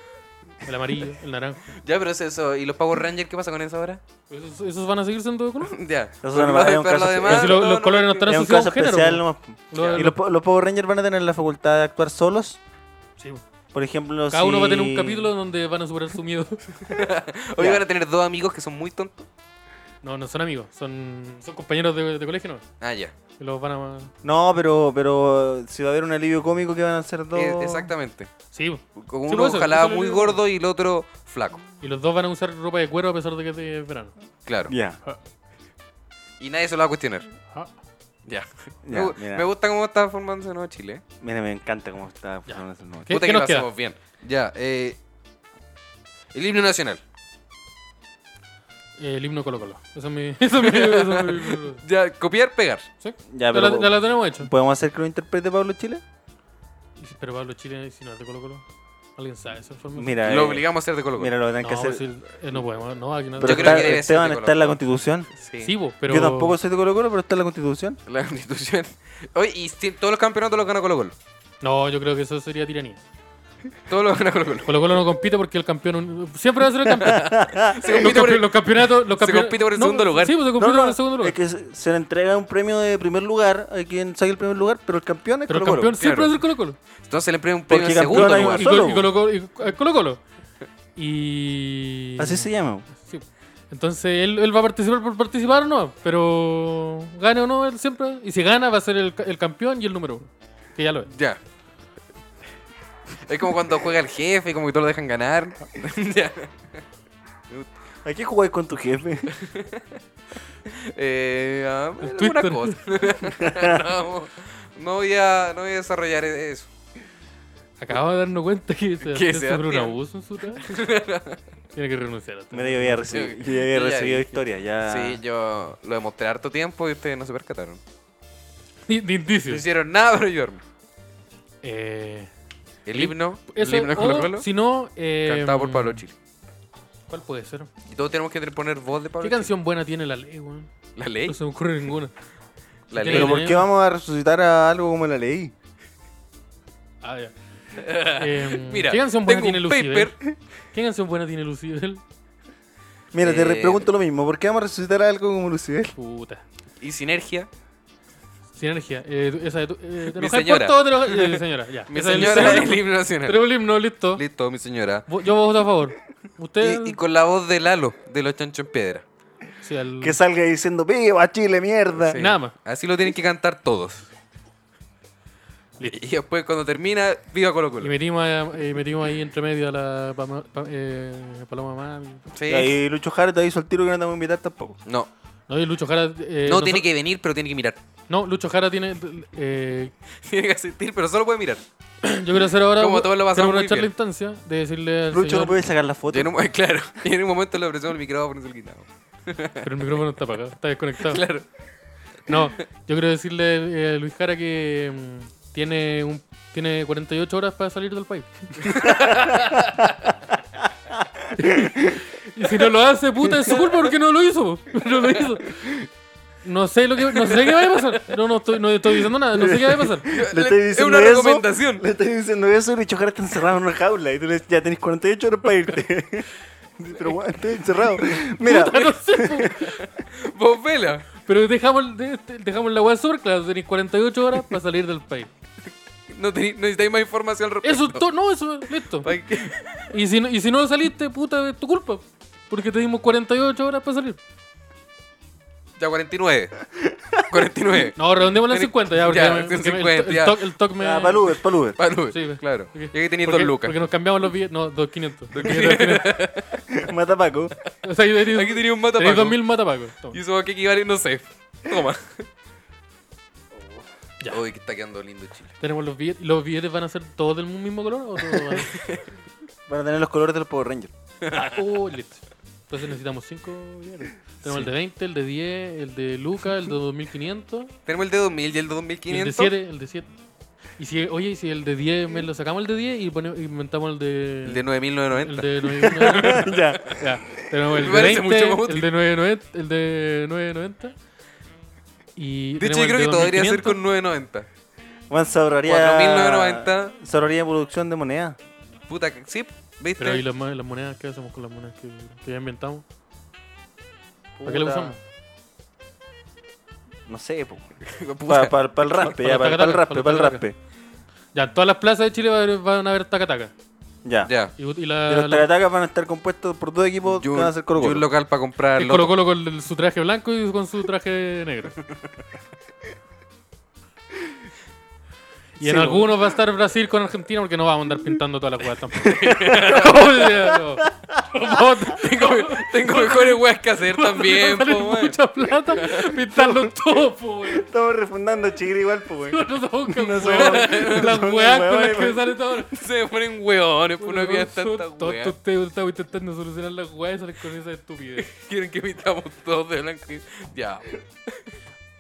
S3: el amarillo, el naranjo.
S2: Ya, pero es eso. ¿Y los Power Rangers qué pasa con eso
S3: [laughs]
S2: ahora?
S3: Esos, esos van a seguir siendo de color.
S2: ya.
S4: Eso
S2: Porque
S4: no
S2: va a
S4: va- es un
S2: afectar
S4: caso-
S2: demás,
S3: es decir, lo-
S2: todo
S3: los colores no
S2: va-
S3: están
S4: es un
S3: asociado
S4: caso
S3: a un género,
S4: especial
S3: po.
S4: nomás.
S3: Lo-
S2: Ya.
S4: ¿Y
S3: lo-
S4: los, po- los Power Rangers van a tener la facultad de actuar solos?
S3: sí, po.
S4: Por ejemplo,
S3: Cada
S4: si-
S3: uno va a tener un capítulo donde van a superar su miedo. [laughs]
S2: Hoy
S4: Ya.
S2: van a tener dos amigos que son muy tontos.
S3: No, no son amigos, son, son compañeros de, de colegio, ¿no?
S2: Ah, ya.
S3: Que los van a...
S4: No, pero, pero eh, si va a haber un alivio cómico que van a hacer dos...
S2: Eh, exactamente.
S3: Sí, po.
S2: Con
S3: Sí,
S2: uno
S3: pues eso,
S2: ojalá
S3: eso le
S2: muy
S3: digo.
S2: gordo y el otro flaco.
S3: y los dos van a usar ropa de cuero a pesar de que es de verano.
S2: Claro.
S4: Ya.
S2: Y nadie se lo va a cuestionar.
S3: Ah,
S2: Ya.
S4: Ya,
S2: me, gu-
S4: mira.
S2: me gusta cómo está formándose Nuevo Chile. eh.
S4: Mira, me encanta cómo está funcionando ese momento.
S3: ¿Qué-
S2: Puta
S3: qué
S2: que lo
S3: nos queda?
S2: hacemos bien. Ya. eh, el himno nacional.
S3: Eh, El himno Colo Colo. Eso es mi... [laughs] Eso es mi,
S4: [laughs]
S3: eso es mi-
S2: Ya, copiar, pegar.
S3: ¿Sí? Ya,
S4: Ya, Ah, pero-
S3: la, ya la tenemos hecho.
S4: ¿Podemos hacer que lo interprete Pablo Chile?
S3: Y si- Pero Pablo Chile, si no es de Colo Colo, ¿alguien sabe esa información?
S4: Mira,
S2: Lo
S4: eh,
S2: obligamos a hacer de Colo Colo.
S4: mira, lo van a
S3: no,
S4: que hacer.
S3: si- eh, no podemos, no, aquí no.
S4: Pero
S2: Yo creo
S4: está,
S2: que debe ser
S4: Esteban
S2: de
S4: está en
S2: Colo-Colo.
S4: la Constitución.
S2: Sí.
S3: sí, vos, pero.
S4: Yo tampoco soy de Colo Colo, pero está en la Constitución.
S2: La [laughs] constitución. Oye, y si- todos los campeonatos los gana Colo Colo.
S3: No, yo creo que eso sería tiranía.
S2: Todos los gana
S3: [laughs]
S2: Colo Colo.
S3: Colo Colo no compite porque el campeón. un- Siempre va a ser el
S4: [laughs]
S3: campeón.
S2: Se compite
S3: los,
S2: por
S3: campe-
S2: el-
S3: los campeonatos. Los
S2: se
S3: campeona-
S2: compite por el segundo lugar.
S3: Sí, pues se compite por el segundo lugar.
S4: Es que se se le entrega un premio de primer lugar a quien saque el primer lugar, pero el campeón es
S3: pero el
S4: Colo-Colo.
S3: campeón siempre va a
S2: claro.
S3: ser Colo Colo.
S2: Entonces le premio un premio
S4: Porque
S2: en segundo
S4: campeón hay
S2: lugar.
S4: un
S3: Y,
S4: solo.
S3: Colo- y Colo Colo. Y, eh, Colo Colo. Y-
S4: Así se llama.
S3: Sí. Entonces él, él va a participar por participar o no, pero gane o no, él siempre. Y si gana, va a ser el, ca- el campeón y el número uno. Que ya lo es.
S2: Ya. Es como cuando juega el jefe, como que todos lo dejan ganar. Ya.
S4: ¿A qué jugáis con tu
S2: [laughs]
S4: jefe? [laughs]
S2: Eh, ah,
S3: El
S2: alguna
S3: Twitter.
S2: cosa. [laughs] no, no voy a, no voy a desarrollar e- eso.
S3: Acaba de darnos cuenta que se
S2: Que
S3: que
S2: Sebastián.
S3: sobre un abuso
S2: [laughs]
S3: en su trabajo. Tiene que renunciar. a todo.
S4: Me yo había recibido, yo ya
S2: Yo
S4: había
S2: ya
S4: recibido
S2: dije.
S4: historia, ya.
S2: Sí, yo lo demostré harto tiempo y ustedes no se percataron.
S3: Ni- ni indicios.
S2: No hicieron nada para ayudarme.
S3: Eh,
S2: El himno, el
S3: eso,
S2: himno de
S3: o,
S2: Colo Colo,
S3: Si no. eh,
S2: cantado por Pablo Chile.
S3: ¿Cuál puede ser? ¿Qué
S2: Y todos tenemos que poner voz de Pablo ¿Eh? Chile.
S3: canción buena tiene la ley, weón?
S2: La ley.
S3: No se me ocurre ninguna.
S2: La
S3: ¿Qué
S2: ley.
S3: tiene?
S4: Pero ¿por qué vamos a resucitar a algo como la ley?
S3: Ah,
S2: [laughs]
S3: ya. Eh,
S2: Mira,
S3: ¿Qué canción buena
S2: tengo
S3: tiene
S2: un
S3: Lucibel? ¿Qué canción buena tiene Lucibel?
S4: Mira, te re-
S2: Eh.
S4: pregunto lo mismo, ¿por qué vamos a resucitar a algo como Lucifer?
S3: Puta.
S2: y sinergia.
S3: Sinergia. Eh, tú- esa de tu, eh, te
S2: Mi
S3: enojáis
S2: señora.
S3: por todo, te enojáis- eh, señora, ya.
S2: [laughs] Mi
S3: Esa es el-
S2: señora
S3: ese es
S2: del
S3: el-
S2: himno nacional.
S3: [laughs] Tenemos el himno, listo.
S2: Listo, mi señora.
S3: Vo- Yo voto a favor. Usted.
S2: Y, y con la voz de Lalo, de los chanchos en piedra.
S3: sí, al-
S4: Que salga diciendo, viva Chile, mierda.
S2: Sí.
S3: Ah, Nada más.
S2: Así lo tienen que cantar todos. Y después cuando termina, viva Colo
S3: y
S2: Colo.
S3: metimos, a- eh, metimos ahí entre medio a la Pama- Pa- eh, Paloma Mami.
S2: Sí.
S4: Y ahí Lucho Jara te hizo el tiro que no te vamos a invitar tampoco.
S2: No,
S3: No, y Lucho Jara. eh,
S2: no
S3: noso-
S2: tiene que venir, pero tiene que mirar. [laughs]
S3: No, Lucho Jara tiene. eh, [clears throat]
S2: Tiene que asistir, pero solo puede mirar.
S3: yo quiero hacer ahora.
S2: Como todos lo pasamos
S3: quiero
S2: muy
S3: aprovechar la
S2: bien.
S3: instancia de decirle al
S4: Lucho
S3: señor-
S4: no puede sacar la foto.
S2: Y en un, mo- [laughs] claro, y en un momento le ofrecemos el micrófono y se lo quitamos.
S3: Pero el micrófono está apagado, está desconectado.
S2: Claro.
S3: No, yo quiero decirle eh, a Luis Jara que mm, tiene, un, tiene 48 horas para salir del país. [laughs] y si no lo hace, puta, es su culpa porque no lo hizo. [laughs] po. No lo hizo. No sé, lo que, no sé qué va a pasar. No, no estoy, no estoy diciendo nada, no sé qué va a pasar. [laughs]
S4: Le estoy
S2: Es
S4: diciendo
S2: una
S4: eso,
S2: recomendación.
S4: Le estoy diciendo eso y Lucho Jara está encerrado en una jaula. Y tú le dices, ya tenés 48 horas para irte.
S2: [laughs]
S4: Pero bueno, estoy encerrado. Mira,
S3: No sé, po.
S2: Vos vela.
S3: pero dejamos, de- de- dejamos la weá súper clara. Tenéis 48 horas para salir del país.
S2: No tení- necesitáis más información al respecto.
S3: Eso es todo, no, eso es listo.
S2: Pa' que-
S3: Y si, no, y si no saliste, puta, es tu culpa. Porque te dimos 48 horas para salir.
S2: Ya 49. 49.
S3: No, redondémosla en 50 ya, porque,
S2: Ya,
S3: me-
S2: en
S3: porque me-
S2: 50,
S3: el,
S2: ya.
S3: el toc, el toc me...
S4: para el Uber, para el Uber.
S2: Para Luis,
S3: Sí, ve.
S2: Ah, claro.
S3: Porque-
S2: Ya que tenéis
S3: porque-
S2: dos lucas.
S3: Porque nos cambiamos los billetes. No, dos 500.
S2: [laughs]
S3: Dos 500.
S4: [laughs] Mata a Paco.
S3: [laughs] o sea, yo tenía,
S2: Aquí tenía un matapaco.
S3: tenía 2000 matapacos. Toma.
S2: Y eso va a que equivale, no sé. Toma.
S3: Ya.
S2: Uy, que está quedando lindo Chile.
S3: Tenemos los billetes. ¿Los billetes van a ser todos del mismo color o todos van a
S2: [laughs]
S3: ser-
S4: Van a tener los colores de los Power Rangers. [laughs]
S3: Ah, oh, listo. Entonces necesitamos 5 billetes. Tenemos el de 20, el de 10, el de Luca, el de 2500,
S2: Tenemos el de 2000 y el de
S3: y el de
S2: 2500.
S3: 7, el de 7. Y si, oye, y si el de 10 me lo sacamos el de 10 y ponemos, inventamos el de.
S2: El de 9990.
S3: El de 990.
S4: ya.
S3: Ya, tenemos el
S2: Me
S3: de
S2: parece
S3: 20,
S2: mucho más útil.
S3: el de 990, el de 990. Y
S2: De hecho,
S3: tenemos
S2: yo
S3: el
S2: creo que todo debería ser
S3: 2500.
S2: con 990.
S4: Juan sobraría.
S2: 4.990.
S4: Sobraría producción de moneda.
S2: Puta, que- sí, ¿viste?
S3: Pero
S2: [laughs]
S3: ¿y las, mo- las monedas qué hacemos con las monedas que, que ya inventamos? ¿Para qué las
S4: Puta.
S3: usamos?
S4: No sé, po.
S2: Puta,
S4: Para el raspe,
S3: Pa-
S4: ya,
S3: para
S4: para
S3: el
S4: el raspe,
S3: taca-taca,
S4: para el
S3: para el
S4: raspe.
S3: Ya, en todas las plazas de Chile va a haber- van a haber taca-taca.
S4: Ya.
S2: Ya.
S3: Y, y la,
S4: Y
S3: la-
S4: los tacatacas van a estar compuestos por dos equipos
S2: Y
S4: que van a
S2: un,
S4: ser Colo
S2: y un local para comprar
S3: el
S2: loto.
S3: Colo Colo con el- su traje blanco y con su traje negro. Y en
S4: Sí,
S3: algunos va a estar Brasil con Argentina porque no vamos a andar pintando toda la
S2: [laughs]
S3: cueva tampoco. [laughs] O sea, no. Vamos a-
S2: [laughs] Tengo, tengo
S3: [laughs]
S2: mejores weas que hacer también,
S3: Vale
S2: po, weón.
S3: mucha plata
S2: [laughs]
S3: pintarlo todo, po, weón.
S4: Estamos refundando chigre igual, pues, po, [laughs] güey.
S3: No son con
S4: No son-
S3: weón.
S4: no
S3: Las
S4: son
S3: weas con las
S4: huevones,
S3: que
S4: weón.
S3: sale todo.
S2: Se ponen weones por una vida
S3: Son
S2: tanta
S3: tontos,
S2: wea.
S3: ustedes están intentando solucionar las weas y salen con esa estupidez.
S2: Quieren que pintamos todos de blanco y... Ya.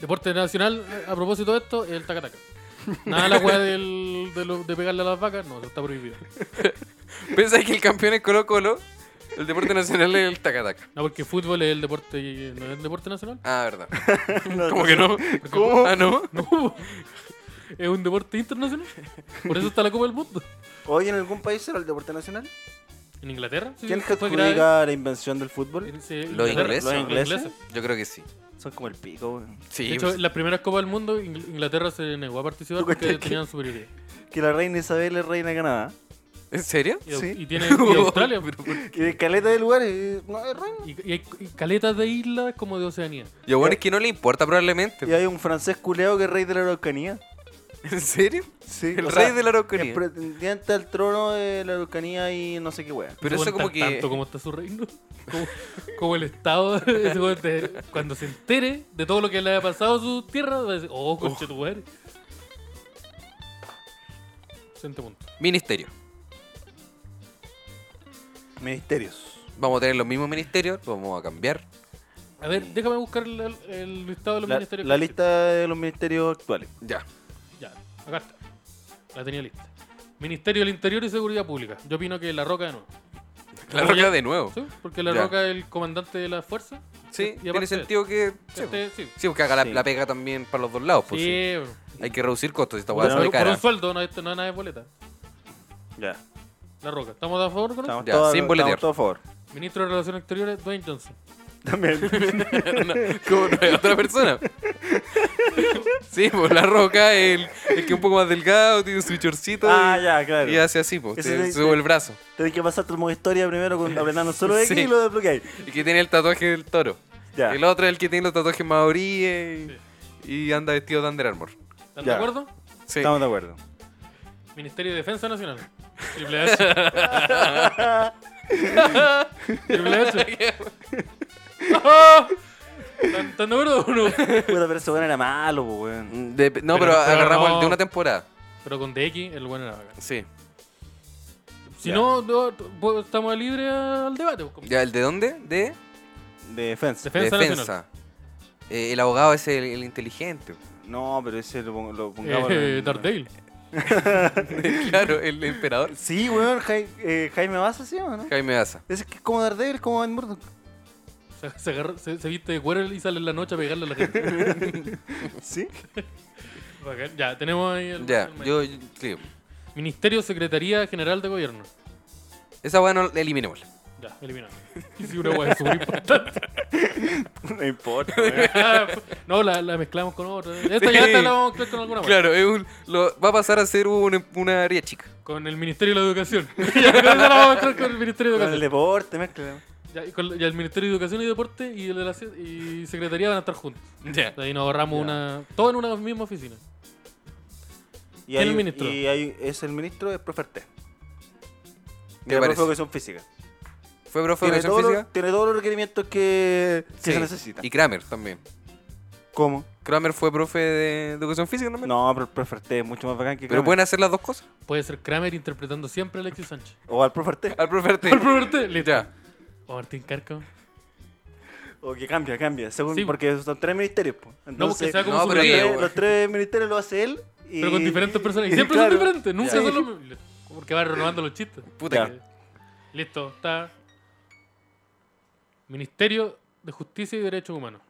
S3: Deporte nacional, eh, a propósito de esto, es el tacataca. Nada de la wea del, de, lo- de pegarle a las vacas, no, eso está prohibido.
S2: ¿Pensáis que el campeón es Colo Colo? El deporte nacional es el tacataca.
S3: No, porque fútbol es el deporte, y- no es el deporte nacional. [laughs]
S2: Ah, verdad.
S4: No,
S2: ¿Cómo que no?
S4: ¿Cómo?
S2: Ah, no.
S3: No, es un deporte internacional. Por eso está la Copa del Mundo.
S4: ¿Hoy en algún país será el deporte nacional?
S3: En Inglaterra, sí,
S4: ¿Quién
S3: fue grave.
S4: adjudica la invención del fútbol?
S3: En- sí,
S2: Los
S3: Inglaterra.
S2: ingleses.
S4: Los ingleses.
S2: Yo creo que sí.
S4: Son como el pico, güey.
S2: Sí. pues.
S3: De hecho, en las primeras Copas del Mundo, Ingl- Inglaterra se negó a participar
S4: ¿Tú
S3: porque
S4: crees que-
S3: tenían superioridad.
S4: Que la reina Isabel es reina de Canadá.
S2: ¿En serio?
S3: Y, au-
S4: Sí.
S3: y tiene
S2: [laughs]
S3: y Australia. [laughs]
S4: Y de caleta de lugares, eh, no es reina.
S3: Y, y hay y caletas de islas como de Oceanía.
S2: Y bueno, es que no le importa probablemente.
S4: Y hay un francés culeado que es rey de la Araucanía.
S2: ¿En serio?
S4: Sí,
S2: El rey de la Araucanía.
S4: El pretendiente al trono de la Araucanía y no sé qué wea.
S2: Pero
S3: Ese
S2: eso como
S3: weón tan-
S2: que...
S3: Tanto como está su reino. Como, como el Estado. [laughs] ese weón te- cuando se entere de todo lo que le haya pasado a su tierra, va a decir, oh, conche tu madre. Siguiente punto.
S2: Ministerio.
S4: Ministerios.
S2: Vamos a tener los mismos ministerios, los vamos a cambiar.
S3: A ver, déjame buscar el, el listado de los
S4: La,
S3: ministerios.
S4: la
S3: que-
S4: lista de los ministerios actuales.
S2: Ya.
S3: Ya, acá está. La tenía lista. Ministerio del Interior y Seguridad Pública. Yo opino que La Roca de nuevo.
S2: La
S3: Como ya-
S2: roca de nuevo.
S3: ¿Sí? Porque La
S2: Ya.
S3: Roca es el comandante de la fuerza.
S2: Sí,
S3: Y aparte
S2: tiene
S3: de-
S2: sentido que... Sí,
S3: Este, sí.
S2: Sí, porque haga la,
S4: Sí.
S2: la pega también para los dos lados. Pues, sí.
S3: Sí, bro.
S2: Hay que reducir costos. Esta
S3: por,
S2: hueá sale
S3: por un
S2: cara.
S3: sueldo, no, esto no es nada de boleta.
S4: Ya.
S3: La Roca. ¿Estamos de favor con eso?
S4: Estamos
S2: Ya,
S4: todos,
S2: sin boletear.
S4: estamos todos a favor.
S3: Ministro de Relaciones Exteriores, Dwayne Johnson.
S4: También.
S2: Como [laughs] no hay otra persona. Sí, pues la roca, el, el que un poco más delgado, tiene su chorcito.
S4: [laughs] ah,
S2: y,
S4: ya, claro.
S2: y hace así, pues.
S4: Ese
S2: se-
S4: de-
S2: sube el brazo.
S4: Tenés que pasar tu modo historia primero con, apretando solo
S3: [laughs]
S4: X
S2: Sí.
S4: y lo desbloqueáis.
S2: Y que tiene el tatuaje del toro.
S4: Ya.
S2: El otro es el que tiene los tatuajes maoríes y- y anda vestido de Under Armour.
S3: ¿Están de
S4: Ya.
S3: acuerdo?
S2: Sí.
S4: Estamos de acuerdo.
S3: Ministerio de Defensa
S2: [laughs]
S3: Nacional. Triple H. Triple H.
S2: [laughs]
S3: ¿Están tan de acuerdo o no?
S4: Puta, pero ese weón era malo, po, weón.
S2: Mm, de- no,
S3: Pero-
S2: pero,
S3: pero
S2: agarramos
S3: no.
S2: el de una temporada.
S3: Pero con DX, el bueno era bacán.
S2: Sí.
S3: Si
S4: Ya.
S3: no, no, pues, estamos libres al debate. pues, como-
S2: ¿Ya el de dónde? De
S4: De defensa.
S3: Defen- Defensa
S2: defensa. Eh, el abogado es el, el inteligente. [laughs]
S4: No, pero ese lo, pong- lo pongamos.
S3: Eh,
S4: en-
S3: Darth Vader.
S2: claro, el emperador.
S4: Sí, weón. Jai- eh, Jaime Baza se llama, ¿no?
S2: Jaime Daza.
S4: Ese es que es como Daredevil, como Van Murdock.
S3: Se, se agarra- se- se viste de cuero y sale en la noche a pegarle a la gente.
S4: Sí.
S3: Bacán. ya, tenemos ahí el.
S2: Ya,
S3: el-
S2: yo, yo- sí.
S3: Ministerio Secretaría General de Gobierno.
S2: Esa weá no eliminémosla.
S3: Ya, eliminado. Y si una hueá es súper importante.
S4: No importa, weón.
S3: [laughs] no, la, la mezclamos con otra. Esta ya esta la vamos a mezclar con [laughs] alguna hueá.
S2: Claro, es un- lo- va a pasar a ser un- una área chica.
S3: Con el Ministerio de la Educación. [laughs] ya, con esa la vamos a mezclar con el Ministerio de
S4: Con el
S3: Educación.
S4: deporte, mezcla.
S3: Ya, y con- ya el Ministerio de Educación y Deporte y el de la Cien- y Secretaría van a estar juntos.
S2: Ya.
S3: De ahí nos ahorramos
S4: Ya.
S3: una. Todo en una misma oficina.
S4: Y
S3: ¿Quién es
S4: hay
S3: el
S4: un-
S3: ministro?
S4: Y hay, es el ministro de Proferté.
S2: ¿Qué
S4: De la
S2: parece?
S4: Profeducación Física.
S2: ¿Fue profe de
S4: Tiene,
S2: educación
S4: todos
S2: física?
S4: los- tiene todos los requerimientos que, que
S2: Sí.
S4: se necesitan.
S2: Y Kramer también.
S4: ¿Cómo?
S2: Kramer fue profe de educación física, ¿no?
S4: No, pero el profe Arte es mucho más bacán que
S2: Pero
S4: Kramer.
S2: pueden hacer las dos cosas.
S3: Puede ser Kramer interpretando siempre a Alexis Sánchez.
S4: O al profe Arte.
S2: Al profe Arte.
S3: Al profe Arte, listo.
S2: Ya.
S3: O Martín Carco.
S4: O que cambia, cambia. Según,
S3: Sí.
S4: porque son tres ministerios. po. Entonces,
S3: sea como
S2: No,
S3: su
S2: pero
S4: los,
S3: vida,
S2: que-
S4: tres, los tres ministerios lo hace él. y-
S3: Pero con diferentes personas. Y
S4: [laughs] y
S3: siempre
S4: claro,
S3: son diferentes. Nunca
S4: Ya.
S3: son los mismos. Porque va renovando los chistes. Eh,
S2: Puta.
S4: Ya.
S3: Listo, está. Ministerio de Justicia y Derechos Humanos.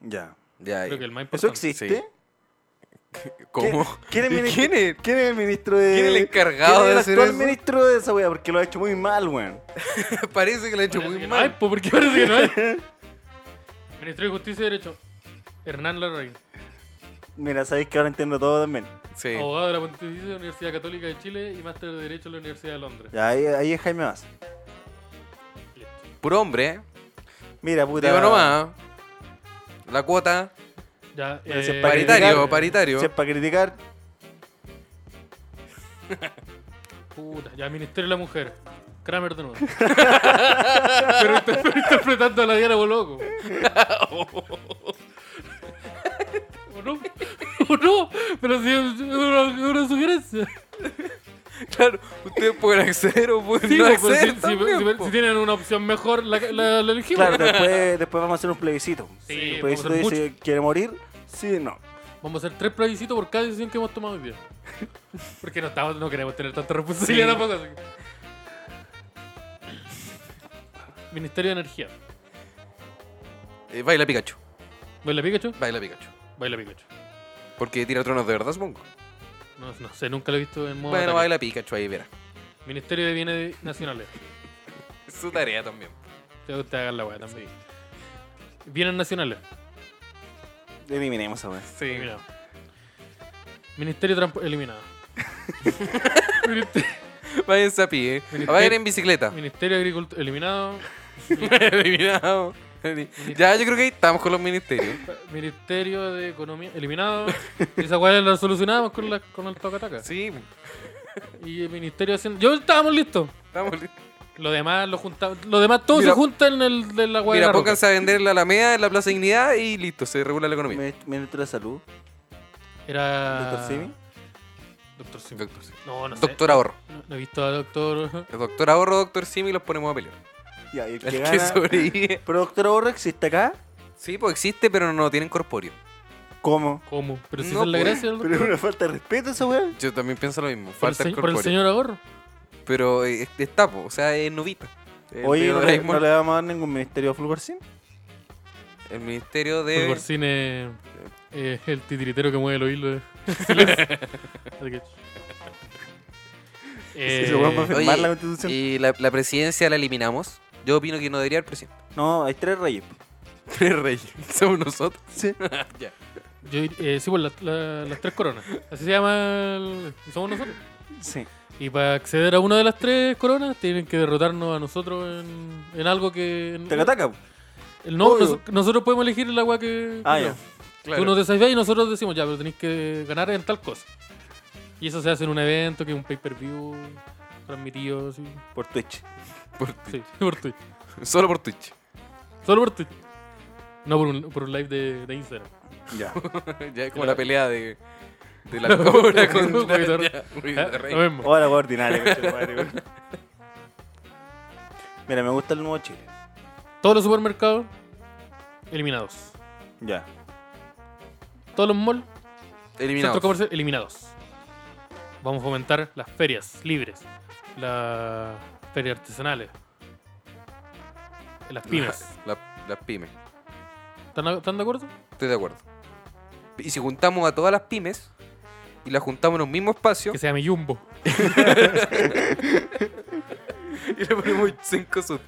S4: Ya.
S2: Ya,
S3: Creo
S2: ya.
S3: que el más
S4: ¿Eso
S3: importante.
S4: existe?
S2: Sí. ¿Cómo?
S4: ¿Quién es,
S2: ¿Y
S4: ministro,
S2: ¿Quién es?
S4: quién es el ministro de.?
S2: ¿Quién es el encargado
S4: quién es
S2: de
S4: el
S2: hacer
S4: actual
S2: eso?
S4: ministro de esa wea? Porque lo ha hecho muy mal, weón.
S2: [laughs] Parece que lo ha hecho
S3: Parece
S2: muy
S3: que no hay,
S2: mal.
S3: po, ¿por qué parece que no hay? Ministerio de Justicia y Derecho. Hernán Larraín,
S4: Mira, sabéis que ahora entiendo todo también.
S2: Sí.
S3: abogado de la Pontificia de la Universidad Católica de Chile y máster de Derecho de la Universidad de Londres.
S4: Ya, ahí, ahí es Jaime Más.
S3: Listo.
S2: Puro hombre, ¿eh?
S4: Mira, puta.
S2: Digo nomás. La cuota.
S3: Ya, eh,
S4: Pero si es
S2: Paritario,
S4: eh, Paritario.
S2: paritario.
S4: Si es para criticar,
S3: Puta, ya, Ministerio de la Mujer. Kramer de nuevo. [laughs] pero, inter- pero interpretando a la Diana Boloco. ¿O no? ¿O no? Pero si es una, es una sugerencia.
S2: Claro, ustedes pueden acceder o pueden
S3: Sí,
S2: no
S3: pues, pero si,
S2: acceder.
S3: si-
S2: también,
S3: si-
S2: po.
S3: si tienen una opción mejor, la, la, la elegimos.
S4: claro, después, después vamos a hacer un plebiscito.
S3: Sí,
S4: el
S3: vamos a
S4: plebiscito
S3: hacer
S4: dice: ¿quiere morir? Sí, no.
S3: Vamos a hacer tres plebiscitos por cada decisión que hemos tomado hoy día. Porque no, estamos, no queremos tener tanta responsabilidad tampoco. así que- Ministerio de Energía.
S2: Eh, Baila Pikachu.
S3: ¿Baila Pikachu?
S2: Baila Pikachu.
S3: Baila Pikachu.
S2: Porque tira tronos de verdad, supongo.
S3: No, no sé, nunca lo he visto en modo.
S2: Bueno,
S3: ataque.
S2: baila Pikachu ahí, verá.
S3: Ministerio de Bienes Nacionales.
S2: Es su tarea también.
S3: Te gusta hagan la weá también. Bienes Nacionales.
S4: Eliminemos esa wea.
S2: Sí.
S3: Eliminado. Ministerio de Transporte. Eliminado. Ministerio,
S2: Váyanse a pie.
S3: Ministerio-
S2: Va a ir en bicicleta.
S3: Ministerio de Agricultura. Eliminado.
S2: [laughs] Eliminado. Ya, yo creo que ahí estamos con los ministerios.
S3: Ministerio de Economía. Eliminado. Esa weá la solucionamos con, la, con el tocataca.
S2: Sí,
S3: Y el Ministerio de Hacienda. Yo estábamos listos.
S2: estamos listos.
S3: Lo demás lo juntamos. Lo demás todo
S2: Mira-
S3: se junta en el de la weá. de
S2: Mira,
S3: la roca.
S2: pónganse a vender la Alameda en la Plaza Dignidad y listo, se regula la economía.
S4: Min- Ministro de Salud,
S3: Era.
S4: Dr. Simi.
S3: Doctor Simi.
S2: Doctor, Simi.
S3: No, no sé.
S2: Doctor Ahorro.
S3: No, no he visto a Doctor.
S2: El Doctor Ahorro, Doctor Simi los ponemos a pelear.
S4: Ya, y el que
S2: El que
S4: gana-
S2: sobrevive.
S4: Pero doctor Borra existe acá.
S2: Sí, pues existe, pero no tienen corpóreo.
S4: ¿Cómo?
S3: ¿Cómo? Pero si
S2: No,
S3: esa es la
S2: pues,
S3: gracia del
S4: Pero es una falta de respeto esa weá.
S2: Yo también pienso lo mismo.
S3: Por el,
S2: Falta el
S3: se- por el
S2: corpóreo.
S3: señor ahorro.
S2: Pero eh, es tapo, o sea, es novita. El
S4: Oye,
S2: de
S4: no, le-
S2: Doraemon,
S4: no le vamos a dar ningún ministerio a Fulgorcín.
S2: el ministerio
S3: Por
S2: de.
S3: Gorcine eh, el titiritero que mueve los hilos. eh. [laughs] de silencio. Así que- Eh,
S4: Ese weón va a
S2: oye,
S4: firmar la constitución.
S2: Y la, la presidencia la eliminamos. Yo opino que no debería el presidente.
S4: No, hay tres reyes. po.
S2: Tres reyes. Somos nosotros.
S4: Sí.
S2: Ya.
S3: yo dir- eh, sí, pues la- la- las tres coronas. Así se llama. el- somos nosotros.
S4: Sí.
S3: Y para acceder a una de las tres coronas, tienen que derrotarnos a nosotros en, en algo que. en-
S4: Te ataca. po.
S3: el no,
S4: Obvio.
S3: nos- nosotros podemos elegir el agua que.
S4: Ah,
S3: que
S4: ya.
S3: no. Tú nos desafias y nosotros decimos, ya, pero tenéis que ganar en tal cosa. Y eso se hace en un evento, que es un pay-per-view transmitido, así.
S4: Por Twitch.
S2: Por-
S3: Sí, por Twitch.
S2: [laughs] solo por Twitch. [laughs]
S3: Solo por Twitch. No por un, por un live de, de Instagram.
S4: [laughs] Ya.
S2: ya es como
S3: Claro.
S2: la pelea de. De
S3: [laughs]
S2: la cobra contra.
S3: Juguete Rey.
S2: ya,
S3: Ah,
S2: Juguete Rey.
S3: Lo mismo.
S4: Hola, ordinario. Mira, me gusta el nuevo Chile.
S3: Todos los supermercados eliminados.
S4: Ya.
S3: Todos los malls,
S2: Eliminado.
S3: centros comerciales eliminados. Vamos a fomentar las ferias libres, las ferias artesanales, las pymes.
S2: La- la- las pymes.
S3: ¿Están, están de acuerdo?
S2: Estoy de acuerdo. Y si juntamos a todas las pymes y las juntamos en un mismo espacio
S3: Que se llame Jumbo.
S2: [laughs] y le ponemos 5 sub,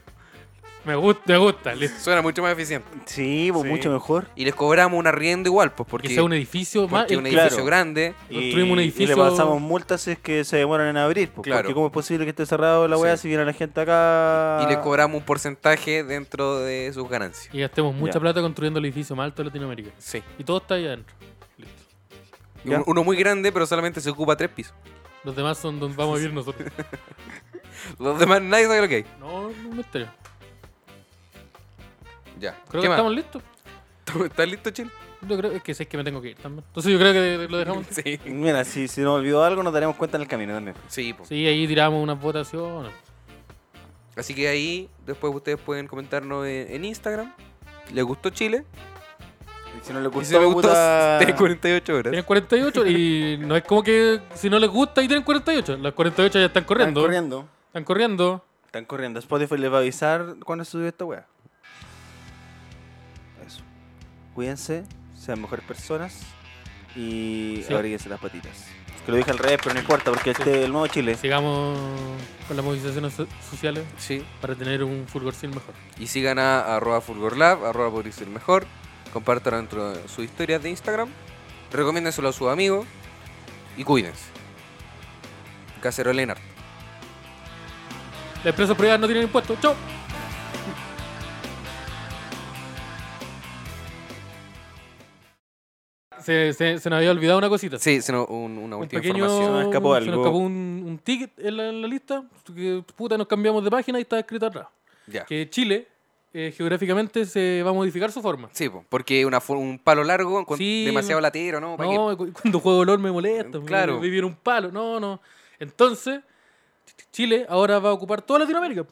S3: Me gusta, me gusta. listo.
S2: suena mucho más eficiente.
S4: Sí, pues,
S5: Sí.
S4: mucho mejor.
S2: Y les cobramos un arriendo igual, pues
S3: Que
S2: porque,
S3: sea un edificio más.
S2: porque un
S4: claro.
S2: edificio grande.
S3: Construimos un
S4: Y
S3: edificio-
S4: le pasamos multas si es que se demoran en abrir. po,
S2: Claro.
S4: Porque cómo es posible que esté cerrado la weá
S2: Sí.
S4: si viene la gente acá.
S2: Y les cobramos un porcentaje dentro de sus ganancias.
S3: Y gastemos mucha
S4: Ya.
S3: plata construyendo el edificio más alto de Latinoamérica.
S2: Sí.
S3: Y todo está ahí adentro. Listo.
S2: Y
S4: Ya.
S2: un- Uno muy grande, pero solamente se ocupa tres pisos.
S3: Los demás son donde vamos a vivir nosotros.
S2: Los demás nadie sabe lo que hay.
S3: No, no un misterio.
S2: Ya. ¿Qué
S3: Creo que
S2: más?
S3: estamos listos.
S2: ¿Tú- ¿Estás listo, Chile?
S3: Yo creo es que sé que me tengo que ir también. Entonces yo creo que lo dejamos. Sí,
S2: [laughs] Sí,
S4: Mira, si, si nos olvidó algo, nos daremos cuenta en el camino también.
S2: sí. po.
S3: ahí tiramos unas votaciones.
S2: Así que ahí después ustedes pueden comentarnos en, en Instagram. ¿Les gustó Chile?
S4: Y si no le
S2: Y si no
S4: gustó,
S2: les gustó, [laughs]
S4: puta,
S2: tienen 48 horas.
S3: Tienen 48 y no es como que si no les gusta y tienen 48. Las 48 ya están
S4: Están
S3: corriendo.
S4: corriendo.
S3: Están corriendo.
S4: Están corriendo. Spotify les va a avisar cuando subió esta wea. Eso. Cuídense, sean mejores personas y
S3: Sí.
S4: abríguense las patitas. Que lo dije al revés, pero no importa, porque este es el nuevo Chile.
S3: Sigamos con las movilizaciones so- sociales
S2: Sí.
S3: para tener un fulgorcín mejor.
S2: Y sigan a arroba fulgorlab, arroba Boris el mejor. Compartan dentro de sus historias de Instagram. Recomiéndenselo a sus amigos. Y cuídense. Cacerola en arte.
S3: Las empresas privadas no tienen impuestos. ¡Chao! Se, se, se nos había olvidado una cosita.
S2: Sí, sino un- una
S3: un
S2: última
S3: pequeño,
S2: información.
S4: Se nos escapó
S3: se nos
S4: algo.
S3: escapó un, un ticket en la, en la lista. Que, puta, nos cambiamos de página y está escrito atrás.
S2: Ya.
S3: Que Chile, eh, geográficamente, se va a modificar su forma.
S2: Sí, po, porque una, fo- un palo largo con
S3: Sí,
S2: demasiado
S3: no.
S2: latero, ¿no? ¿Pa' qué?
S3: No, cu- cuando juego LOL me molesta.
S2: Claro.
S3: Claro. Vivir un palo. No, no. Entonces, Ch- Chile ahora va a ocupar toda Latinoamérica.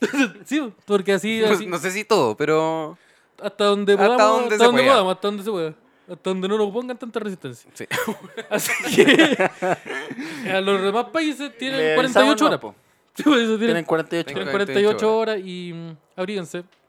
S3: [laughs] sí, porque así,
S2: No- [laughs]
S3: así-
S2: no sé si todo, pero...
S3: hasta donde
S2: hasta
S3: podamos, hasta
S2: donde
S3: donde,
S2: se pueda.
S3: podamos, hasta donde se pueda. Hasta donde no nos pongan tanta resistencia.
S2: Sí.
S3: [laughs] Así que a los demás países tienen
S4: Le avisamos
S3: 48 horas.
S4: nomás, po.
S3: Sí, [laughs] por eso tienen,
S4: Tienen 48
S3: tienen
S4: horas.
S2: Tengo
S3: 48
S2: 48
S3: horas y mm, abríguense.